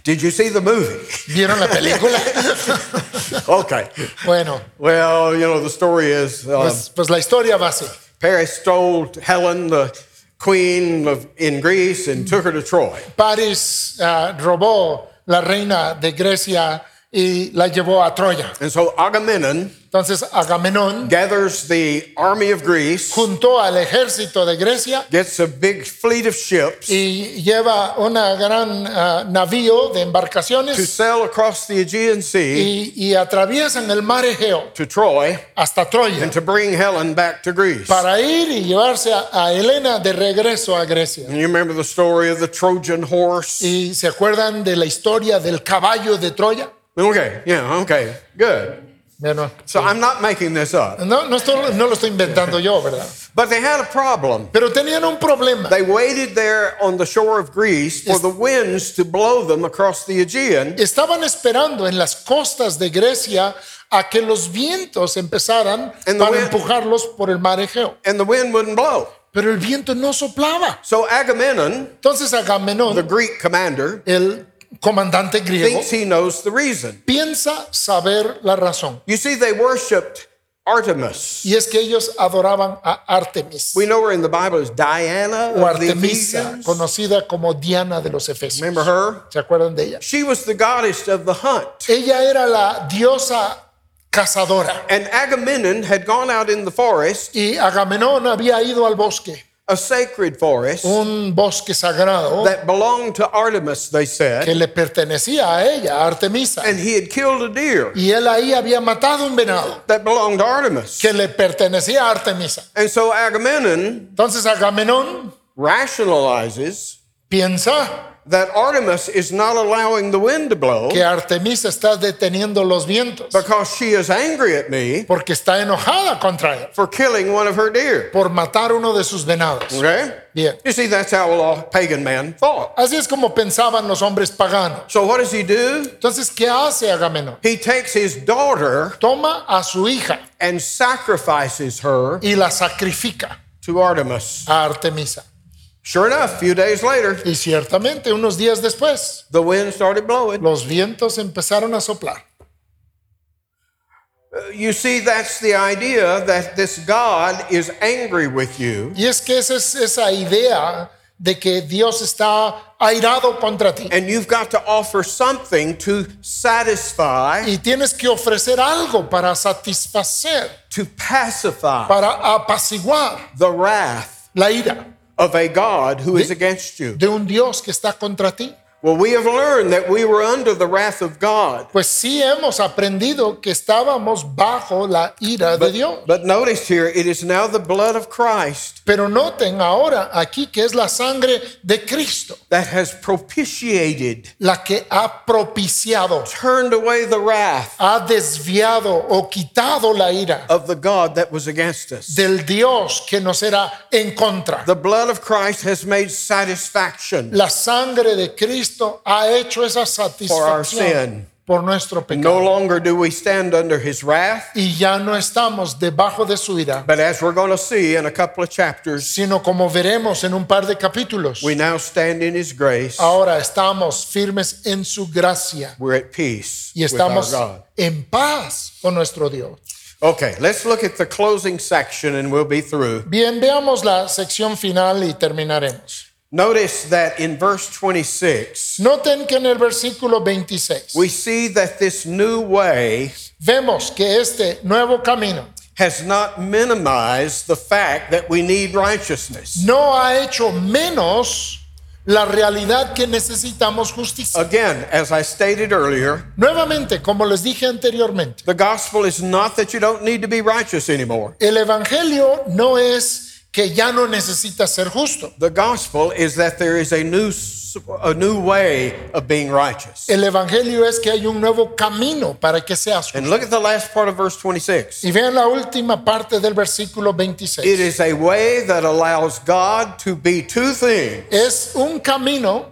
[SPEAKER 1] Did you see the movie?
[SPEAKER 2] ¿Vieron la película?
[SPEAKER 1] Okay.
[SPEAKER 2] bueno,
[SPEAKER 1] Well, you know, the story is um,
[SPEAKER 2] pues, pues la historia va así.
[SPEAKER 1] Paris stole Helen, the queen of, in Greece, and took her to Troy.
[SPEAKER 2] París ah, robó la reina de Grecia y la llevó a Troya.
[SPEAKER 1] And so Agamemnon
[SPEAKER 2] Entonces Agamenón
[SPEAKER 1] gathers the army of Greece,
[SPEAKER 2] juntó al ejército de Grecia
[SPEAKER 1] gets a big fleet of ships
[SPEAKER 2] y lleva una gran ah, navío
[SPEAKER 1] to
[SPEAKER 2] de embarcaciones
[SPEAKER 1] sail across the Aegean Sea
[SPEAKER 2] y, y atraviesan el mar Egeo
[SPEAKER 1] to Troy
[SPEAKER 2] hasta Troya
[SPEAKER 1] and to bring Helen back to Greece.
[SPEAKER 2] para ir y llevarse a, a Helena de regreso a Grecia.
[SPEAKER 1] And you remember the story of the Trojan horse?
[SPEAKER 2] ¿Y se acuerdan de la historia del caballo de Troya?
[SPEAKER 1] Okay, yeah, okay, good.
[SPEAKER 2] Bueno,
[SPEAKER 1] So I'm not making this up.
[SPEAKER 2] no, no, esto- no lo estoy inventando yo, ¿verdad?
[SPEAKER 1] But they had a problem.
[SPEAKER 2] Pero tenían un problema.
[SPEAKER 1] They waited there on the shore of Greece for
[SPEAKER 2] Yes.
[SPEAKER 1] the winds to blow them across the Aegean
[SPEAKER 2] Estaban esperando en las costas de Grecia a que los vientos empezaran
[SPEAKER 1] And the
[SPEAKER 2] para
[SPEAKER 1] wind-
[SPEAKER 2] empujarlos por el mar Egeo.
[SPEAKER 1] and the wind wouldn't blow.
[SPEAKER 2] Pero el viento no soplaba.
[SPEAKER 1] So Agamemnon,
[SPEAKER 2] Entonces
[SPEAKER 1] the
[SPEAKER 2] Agamenón,
[SPEAKER 1] Greek commander,
[SPEAKER 2] el comandante griego,
[SPEAKER 1] thinks he knows the reason.
[SPEAKER 2] piensa saber la razón.
[SPEAKER 1] You see, they worshiped Artemis.
[SPEAKER 2] Y es que ellos adoraban a Artemis
[SPEAKER 1] We know her in the Bible as Diana
[SPEAKER 2] o
[SPEAKER 1] of the
[SPEAKER 2] Artemisa,
[SPEAKER 1] Ephesians.
[SPEAKER 2] conocida como Diana de los Efesios.
[SPEAKER 1] Remember her?
[SPEAKER 2] ¿Se acuerdan de ella?
[SPEAKER 1] She was the goddess of the hunt.
[SPEAKER 2] Ella era la diosa cazadora
[SPEAKER 1] And Agamemnon had gone out in the forest,
[SPEAKER 2] y Agamenón había ido al bosque,
[SPEAKER 1] a sacred forest
[SPEAKER 2] un bosque sagrado
[SPEAKER 1] that belonged to Artemis, they
[SPEAKER 2] que
[SPEAKER 1] said,
[SPEAKER 2] le pertenecía a ella, a Artemisa.
[SPEAKER 1] and he had killed a deer
[SPEAKER 2] Y él ahí había matado un venado
[SPEAKER 1] that belonged to Artemis.
[SPEAKER 2] que le pertenecía a Artemisa.
[SPEAKER 1] And so Agamemnon
[SPEAKER 2] Entonces Agamenón
[SPEAKER 1] rationalizes
[SPEAKER 2] piensa
[SPEAKER 1] that Artemis is not allowing the wind to blow
[SPEAKER 2] que Artemisa está deteniendo los vientos
[SPEAKER 1] because she is angry at me
[SPEAKER 2] porque está enojada contra él
[SPEAKER 1] for killing one of her deer.
[SPEAKER 2] por matar uno de sus venados.
[SPEAKER 1] Okay?
[SPEAKER 2] Bien.
[SPEAKER 1] You see, that's how a law- pagan man thought.
[SPEAKER 2] Así es como pensaban los hombres paganos.
[SPEAKER 1] So what does he do?
[SPEAKER 2] Entonces, ¿qué hace Agamenón?
[SPEAKER 1] He takes his daughter
[SPEAKER 2] Toma a su hija
[SPEAKER 1] and sacrifices her
[SPEAKER 2] y la sacrifica
[SPEAKER 1] to Artemis.
[SPEAKER 2] a Artemisa.
[SPEAKER 1] Sure enough, a few days later,
[SPEAKER 2] Y ciertamente, unos días después,
[SPEAKER 1] the wind started blowing.
[SPEAKER 2] los vientos empezaron a soplar.
[SPEAKER 1] You see, that's the idea that this God is angry with you
[SPEAKER 2] Y es que esa es esa idea de que Dios está airado contra ti.
[SPEAKER 1] and you've got to offer something to satisfy,
[SPEAKER 2] Y tienes que ofrecer algo para satisfacer,
[SPEAKER 1] to pacify
[SPEAKER 2] para apaciguar
[SPEAKER 1] the wrath
[SPEAKER 2] la ira
[SPEAKER 1] of a God who is against you.
[SPEAKER 2] de un Dios que está contra ti.
[SPEAKER 1] Well, we have learned that we were under the wrath of God.
[SPEAKER 2] Pues sí hemos aprendido que estábamos bajo la ira de Dios.
[SPEAKER 1] But notice here, it is now the blood of Christ
[SPEAKER 2] Pero noten ahora aquí que es la sangre de Cristo
[SPEAKER 1] that has propitiated,
[SPEAKER 2] la que ha propiciado,
[SPEAKER 1] turned away the wrath
[SPEAKER 2] ha desviado o quitado la ira
[SPEAKER 1] of the God that was against us.
[SPEAKER 2] del Dios que nos era en contra.
[SPEAKER 1] The blood of Christ has made satisfaction.
[SPEAKER 2] La sangre de Cristo ha hecho esa
[SPEAKER 1] our
[SPEAKER 2] satisfacción
[SPEAKER 1] sin.
[SPEAKER 2] por nuestro pecado.
[SPEAKER 1] No longer do we stand under his wrath,
[SPEAKER 2] Y ya no estamos debajo de su ira,
[SPEAKER 1] but as we're going to see in a couple of chapters,
[SPEAKER 2] sino como veremos en un par de capítulos,
[SPEAKER 1] we now stand in his grace.
[SPEAKER 2] ahora estamos firmes en su gracia
[SPEAKER 1] We're at peace
[SPEAKER 2] y
[SPEAKER 1] with our
[SPEAKER 2] estamos
[SPEAKER 1] God.
[SPEAKER 2] en paz con nuestro Dios.
[SPEAKER 1] Okay, let's look at the closing section and we'll be through.
[SPEAKER 2] Bien, veamos la sección final y terminaremos.
[SPEAKER 1] Notice that in verse 26,
[SPEAKER 2] Noten que en el versículo 26
[SPEAKER 1] we see that this new way
[SPEAKER 2] vemos que este nuevo camino
[SPEAKER 1] has not minimized the fact that we need righteousness.
[SPEAKER 2] no ha hecho menos la realidad que necesitamos justicia.
[SPEAKER 1] Again, as I stated earlier,
[SPEAKER 2] Nuevamente, como les dije anteriormente,
[SPEAKER 1] the gospel is not that you don't need to be righteous anymore.
[SPEAKER 2] el Evangelio no es que ya no necesita ser justo.
[SPEAKER 1] The gospel is that there is a new s- a new way of being righteous.
[SPEAKER 2] El Evangelio es que hay un nuevo camino para que seas justo.
[SPEAKER 1] And look at the last part of verse 26.
[SPEAKER 2] Y vean la última parte del versículo
[SPEAKER 1] It
[SPEAKER 2] 26.
[SPEAKER 1] is a way that allows God to be two things.
[SPEAKER 2] Es un camino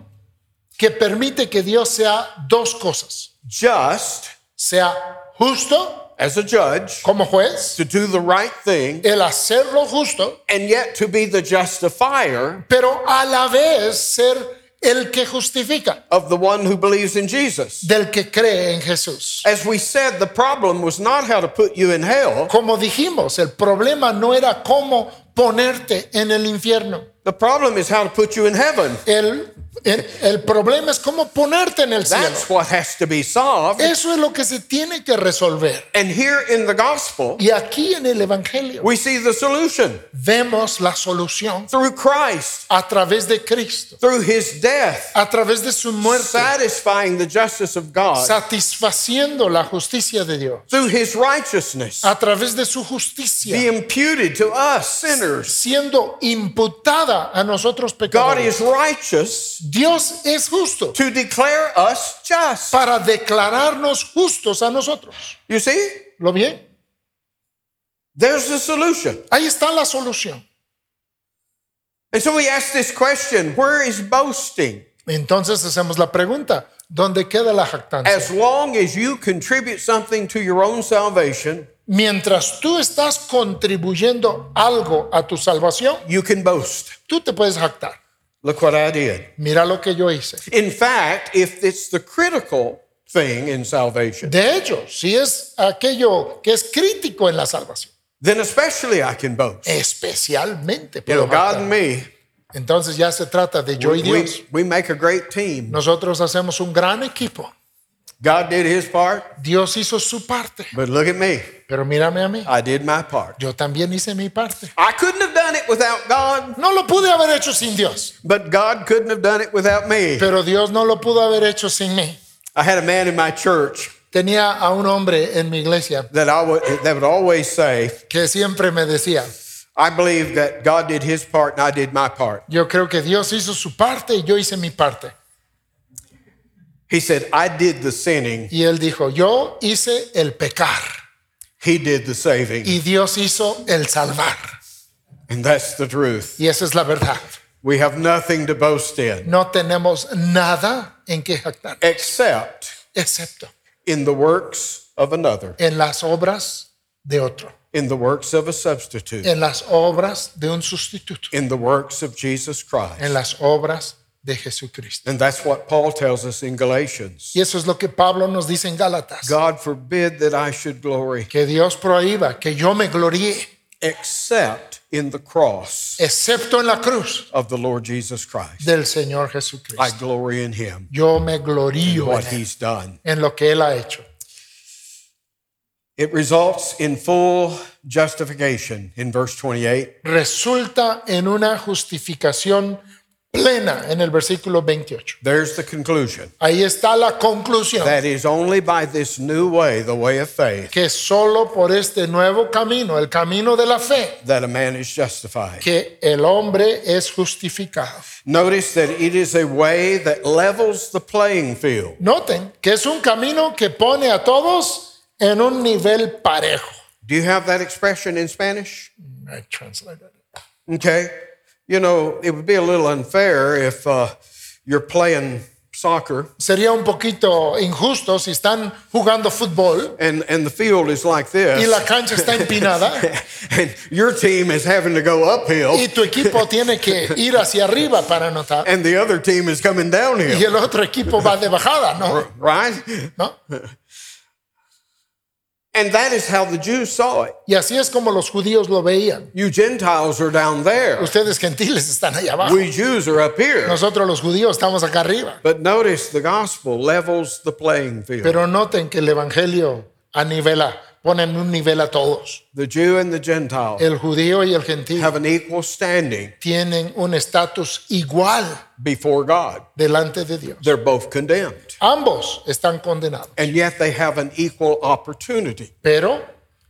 [SPEAKER 2] que permite que Dios sea dos cosas.
[SPEAKER 1] just
[SPEAKER 2] Sea justo
[SPEAKER 1] as a judge
[SPEAKER 2] como juez,
[SPEAKER 1] to do the right thing
[SPEAKER 2] el hacerlo justo,
[SPEAKER 1] and yet to be the justifier
[SPEAKER 2] pero a la vez ser el que justifica
[SPEAKER 1] of the one who believes in Jesus.
[SPEAKER 2] del que cree en Jesús.
[SPEAKER 1] As we said, the problem was not how to put you in hell.
[SPEAKER 2] Como dijimos, el problema no era cómo ponerte en el infierno.
[SPEAKER 1] The problem is how to put you in heaven.
[SPEAKER 2] El, el, el problema es cómo ponerte en el cielo.
[SPEAKER 1] That's what has to be solved.
[SPEAKER 2] Eso es lo que se tiene que resolver.
[SPEAKER 1] And here in the gospel,
[SPEAKER 2] Y aquí en el Evangelio
[SPEAKER 1] we see the solution
[SPEAKER 2] vemos la solución
[SPEAKER 1] through Christ,
[SPEAKER 2] a través de Cristo,
[SPEAKER 1] through his death,
[SPEAKER 2] a través de su muerte,
[SPEAKER 1] satisfying the justice of God,
[SPEAKER 2] satisfaciendo la justicia de Dios,
[SPEAKER 1] through his righteousness,
[SPEAKER 2] a través de su justicia,
[SPEAKER 1] be imputed to us sinners.
[SPEAKER 2] siendo imputada a nosotros
[SPEAKER 1] God
[SPEAKER 2] pecadores.
[SPEAKER 1] is righteous
[SPEAKER 2] Dios es justo
[SPEAKER 1] to declare us just.
[SPEAKER 2] para declararnos justos a nosotros.
[SPEAKER 1] You see?
[SPEAKER 2] ¿Lo bien?
[SPEAKER 1] There's the solution.
[SPEAKER 2] Ahí está la solución.
[SPEAKER 1] And so we ask this question where is boasting?
[SPEAKER 2] Entonces hacemos la pregunta, ¿dónde queda la jactancia?
[SPEAKER 1] As long as you contribute something to your own salvation,
[SPEAKER 2] Mientras tú estás contribuyendo algo a tu salvación,
[SPEAKER 1] you can boast.
[SPEAKER 2] tú te puedes jactar.
[SPEAKER 1] Look what I did.
[SPEAKER 2] Mira lo que yo hice.
[SPEAKER 1] In fact, if it's the critical thing in salvation,
[SPEAKER 2] De hecho, si es aquello que es crítico en la salvación,
[SPEAKER 1] then especially I can boast.
[SPEAKER 2] especialmente
[SPEAKER 1] You
[SPEAKER 2] puedo
[SPEAKER 1] know, God and
[SPEAKER 2] jactar.
[SPEAKER 1] me,
[SPEAKER 2] Entonces ya se trata de yo y
[SPEAKER 1] we,
[SPEAKER 2] Dios.
[SPEAKER 1] we make a great team.
[SPEAKER 2] Nosotros hacemos un gran equipo.
[SPEAKER 1] God did his part,
[SPEAKER 2] Dios hizo su parte,
[SPEAKER 1] but look at me.
[SPEAKER 2] pero mírame a mí.
[SPEAKER 1] I did my part.
[SPEAKER 2] Yo también hice mi parte.
[SPEAKER 1] I couldn't have done it without God.
[SPEAKER 2] No lo pude haber hecho sin Dios,
[SPEAKER 1] But God couldn't have done it without me.
[SPEAKER 2] pero Dios no lo pudo haber hecho sin mí.
[SPEAKER 1] I had a man in my church
[SPEAKER 2] Tenía a un hombre en mi iglesia
[SPEAKER 1] that I would that would always say,
[SPEAKER 2] que siempre me decía,
[SPEAKER 1] "I believe that God did His part and I did my part."
[SPEAKER 2] yo creo que Dios hizo su parte y yo hice mi parte.
[SPEAKER 1] He said, "I did the sinning,
[SPEAKER 2] Y él dijo, yo hice el pecar
[SPEAKER 1] He did the saving,"
[SPEAKER 2] y Dios hizo el salvar.
[SPEAKER 1] and that's the truth.
[SPEAKER 2] Y esa es la verdad.
[SPEAKER 1] We have nothing to boast in
[SPEAKER 2] No tenemos nada en que jactar,
[SPEAKER 1] except
[SPEAKER 2] excepto
[SPEAKER 1] in the works of another,
[SPEAKER 2] en las obras de otro,
[SPEAKER 1] in the works of a substitute,
[SPEAKER 2] en las obras de un sustituto,
[SPEAKER 1] in the works of Jesus Christ.
[SPEAKER 2] en las obras de Jesucristo.
[SPEAKER 1] And that's what Paul tells us in Galatians.
[SPEAKER 2] Y eso es lo que Pablo nos dice en Gálatas,
[SPEAKER 1] God forbid that I should glory
[SPEAKER 2] que Dios prohíba que yo me gloríe,
[SPEAKER 1] except in the cross.
[SPEAKER 2] excepto en la cruz
[SPEAKER 1] of the Lord Jesus Christ.
[SPEAKER 2] del Señor
[SPEAKER 1] I
[SPEAKER 2] Jesucristo.
[SPEAKER 1] glory in him,
[SPEAKER 2] Yo me glorío
[SPEAKER 1] what
[SPEAKER 2] en, él,
[SPEAKER 1] he's done.
[SPEAKER 2] en lo que Él ha hecho.
[SPEAKER 1] It results in full justification in verse 28.
[SPEAKER 2] Resulta en una justificación plena en el versículo 28.
[SPEAKER 1] There's the conclusion.
[SPEAKER 2] Ahí está la conclusión,
[SPEAKER 1] That is only by this new way, the way of faith,
[SPEAKER 2] que solo por este nuevo camino, el camino de la fe,
[SPEAKER 1] that a man is justified.
[SPEAKER 2] que el hombre es justificado.
[SPEAKER 1] Notice that it is a way that levels the playing field.
[SPEAKER 2] Noten que es un camino que pone a todos en un nivel parejo.
[SPEAKER 1] Do you have that expression in Spanish?
[SPEAKER 2] I translate it.
[SPEAKER 1] Okay. You know, it would be a little unfair if uh, you're playing soccer
[SPEAKER 2] Sería un poquito injusto si están jugando fútbol
[SPEAKER 1] and, and the field is like
[SPEAKER 2] y
[SPEAKER 1] this,
[SPEAKER 2] la cancha está empinada
[SPEAKER 1] and your team is having to go uphill,
[SPEAKER 2] y tu equipo tiene que ir hacia arriba para anotar
[SPEAKER 1] and the other team is coming
[SPEAKER 2] y
[SPEAKER 1] downhill,
[SPEAKER 2] el otro equipo va de bajada, ¿no?
[SPEAKER 1] right?
[SPEAKER 2] ¿No?
[SPEAKER 1] And that is how the Jews saw it.
[SPEAKER 2] Y así es como los judíos lo veían.
[SPEAKER 1] You Gentiles are down there,
[SPEAKER 2] Ustedes gentiles están allá abajo.
[SPEAKER 1] we Jews are up here.
[SPEAKER 2] Nosotros los judíos estamos acá arriba.
[SPEAKER 1] But notice the gospel levels the playing field.
[SPEAKER 2] Pero noten que el Evangelio anivela, pone en un nivel a todos.
[SPEAKER 1] The Jew and the Gentile
[SPEAKER 2] El judío y el gentil
[SPEAKER 1] have an equal standing
[SPEAKER 2] tienen un estatus igual
[SPEAKER 1] before God.
[SPEAKER 2] delante de Dios.
[SPEAKER 1] They're both condemned.
[SPEAKER 2] Ambos están condenados,
[SPEAKER 1] and yet they have an equal opportunity.
[SPEAKER 2] pero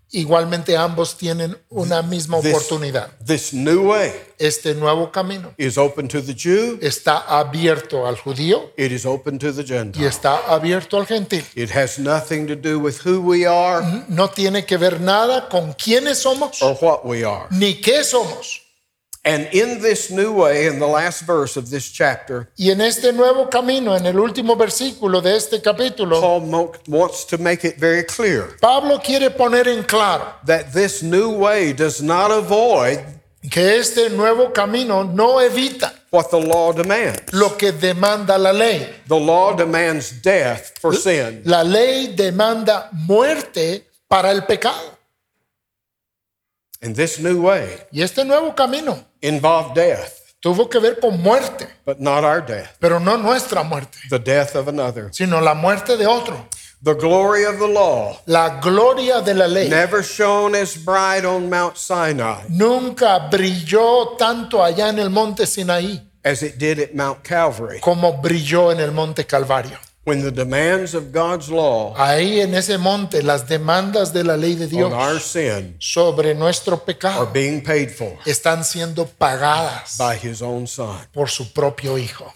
[SPEAKER 2] igualmente ambos tienen una misma
[SPEAKER 1] This-
[SPEAKER 2] oportunidad.
[SPEAKER 1] This new way
[SPEAKER 2] Este nuevo camino
[SPEAKER 1] is open to the Jew,
[SPEAKER 2] está abierto al judío
[SPEAKER 1] it is open to the
[SPEAKER 2] y
[SPEAKER 1] Gentile.
[SPEAKER 2] está abierto al gentil.
[SPEAKER 1] It has nothing to do with who we are
[SPEAKER 2] No tiene que ver nada con quiénes somos
[SPEAKER 1] or what we are.
[SPEAKER 2] ni qué somos.
[SPEAKER 1] And in this new way, in the last verse of this chapter,
[SPEAKER 2] Y en este nuevo camino, en el último versículo de este capítulo,
[SPEAKER 1] Paul mo- wants to make it very clear
[SPEAKER 2] Pablo quiere poner en claro
[SPEAKER 1] that this new way does not avoid
[SPEAKER 2] que este nuevo camino no evita
[SPEAKER 1] what the law demands.
[SPEAKER 2] lo que demanda la ley.
[SPEAKER 1] The law demands death for sin,
[SPEAKER 2] La ley demanda muerte para el pecado.
[SPEAKER 1] and this new way
[SPEAKER 2] Y este nuevo camino
[SPEAKER 1] involved death,
[SPEAKER 2] tuvo que ver con muerte,
[SPEAKER 1] but not our death,
[SPEAKER 2] pero no nuestra muerte,
[SPEAKER 1] the death of another.
[SPEAKER 2] sino la muerte de otro.
[SPEAKER 1] The glory of the law,
[SPEAKER 2] La gloria de la ley
[SPEAKER 1] never shone as bright on Mount Sinai
[SPEAKER 2] nunca brilló tanto allá en el monte Sinaí
[SPEAKER 1] as it did at Mount Calvary,
[SPEAKER 2] como brilló en el monte Calvario.
[SPEAKER 1] when the demands of God's law
[SPEAKER 2] Ahí en ese monte las demandas de la ley de
[SPEAKER 1] on our
[SPEAKER 2] Dios
[SPEAKER 1] sin
[SPEAKER 2] sobre nuestro
[SPEAKER 1] are
[SPEAKER 2] pecado
[SPEAKER 1] being paid for
[SPEAKER 2] están siendo pagadas
[SPEAKER 1] by His own Son.
[SPEAKER 2] por su propio Hijo.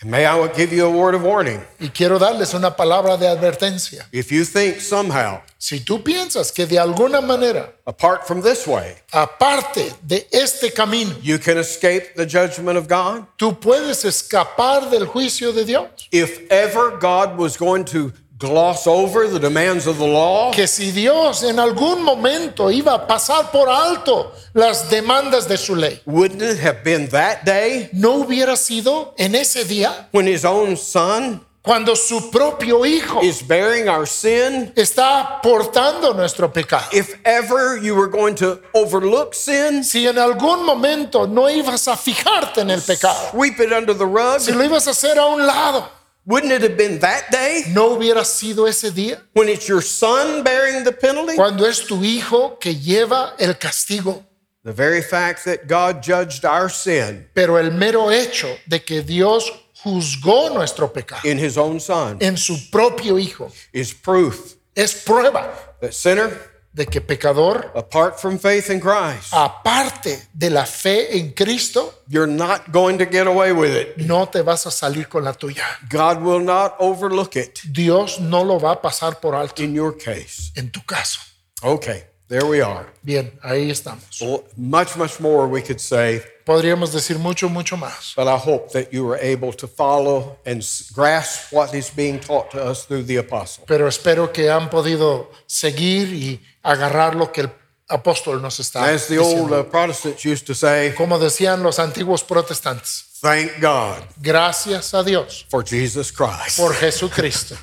[SPEAKER 1] And may I give you a word of warning.
[SPEAKER 2] Y quiero darles una palabra de advertencia.
[SPEAKER 1] If you think somehow,
[SPEAKER 2] Si tú piensas que de alguna manera,
[SPEAKER 1] apart from this way,
[SPEAKER 2] aparte de este camino,
[SPEAKER 1] you can escape the judgment of God,
[SPEAKER 2] tú puedes escapar del juicio de Dios,
[SPEAKER 1] if ever God was going to gloss over the demands of the law,
[SPEAKER 2] que si Dios en algún momento iba a pasar por alto las demandas de su ley,
[SPEAKER 1] wouldn't it have been that day
[SPEAKER 2] no hubiera sido en ese día
[SPEAKER 1] when His own Son
[SPEAKER 2] cuando su propio Hijo
[SPEAKER 1] is bearing our sin?
[SPEAKER 2] está portando nuestro pecado.
[SPEAKER 1] if ever you were going to overlook sin,
[SPEAKER 2] Si en algún momento no ibas a fijarte en el pecado,
[SPEAKER 1] sweep it under the rug,
[SPEAKER 2] si lo ibas a hacer a un lado,
[SPEAKER 1] wouldn't it have been that day
[SPEAKER 2] no hubiera sido ese día
[SPEAKER 1] when it's your son bearing the penalty?
[SPEAKER 2] cuando es tu Hijo que lleva el castigo.
[SPEAKER 1] The very fact that God judged our sin
[SPEAKER 2] Pero el mero hecho de que Dios juzgó nuestro pecado
[SPEAKER 1] in his own son
[SPEAKER 2] en su propio Hijo
[SPEAKER 1] is proof
[SPEAKER 2] es prueba
[SPEAKER 1] that sinner,
[SPEAKER 2] de que pecador,
[SPEAKER 1] apart from faith in
[SPEAKER 2] Ah.
[SPEAKER 1] Christ,
[SPEAKER 2] aparte de la fe en Cristo,
[SPEAKER 1] you're not going to get away with it.
[SPEAKER 2] no te vas a salir con la tuya.
[SPEAKER 1] God will not overlook it
[SPEAKER 2] Dios no lo va a pasar por alto
[SPEAKER 1] in your case.
[SPEAKER 2] en tu caso.
[SPEAKER 1] Okay, there we are.
[SPEAKER 2] Bien, ahí estamos.
[SPEAKER 1] Well, much, much more we could say,
[SPEAKER 2] Podríamos decir mucho, mucho más.
[SPEAKER 1] But I hope that you were able to follow and s- grasp what is being taught to us through the apostle.
[SPEAKER 2] Pero espero que han podido seguir y agarrar lo que el apóstol nos está
[SPEAKER 1] As the
[SPEAKER 2] diciendo.
[SPEAKER 1] old uh, Protestants used to say,
[SPEAKER 2] Como decían los antiguos protestantes,
[SPEAKER 1] thank God
[SPEAKER 2] gracias a Dios
[SPEAKER 1] for Jesus Christ.
[SPEAKER 2] por Jesucristo.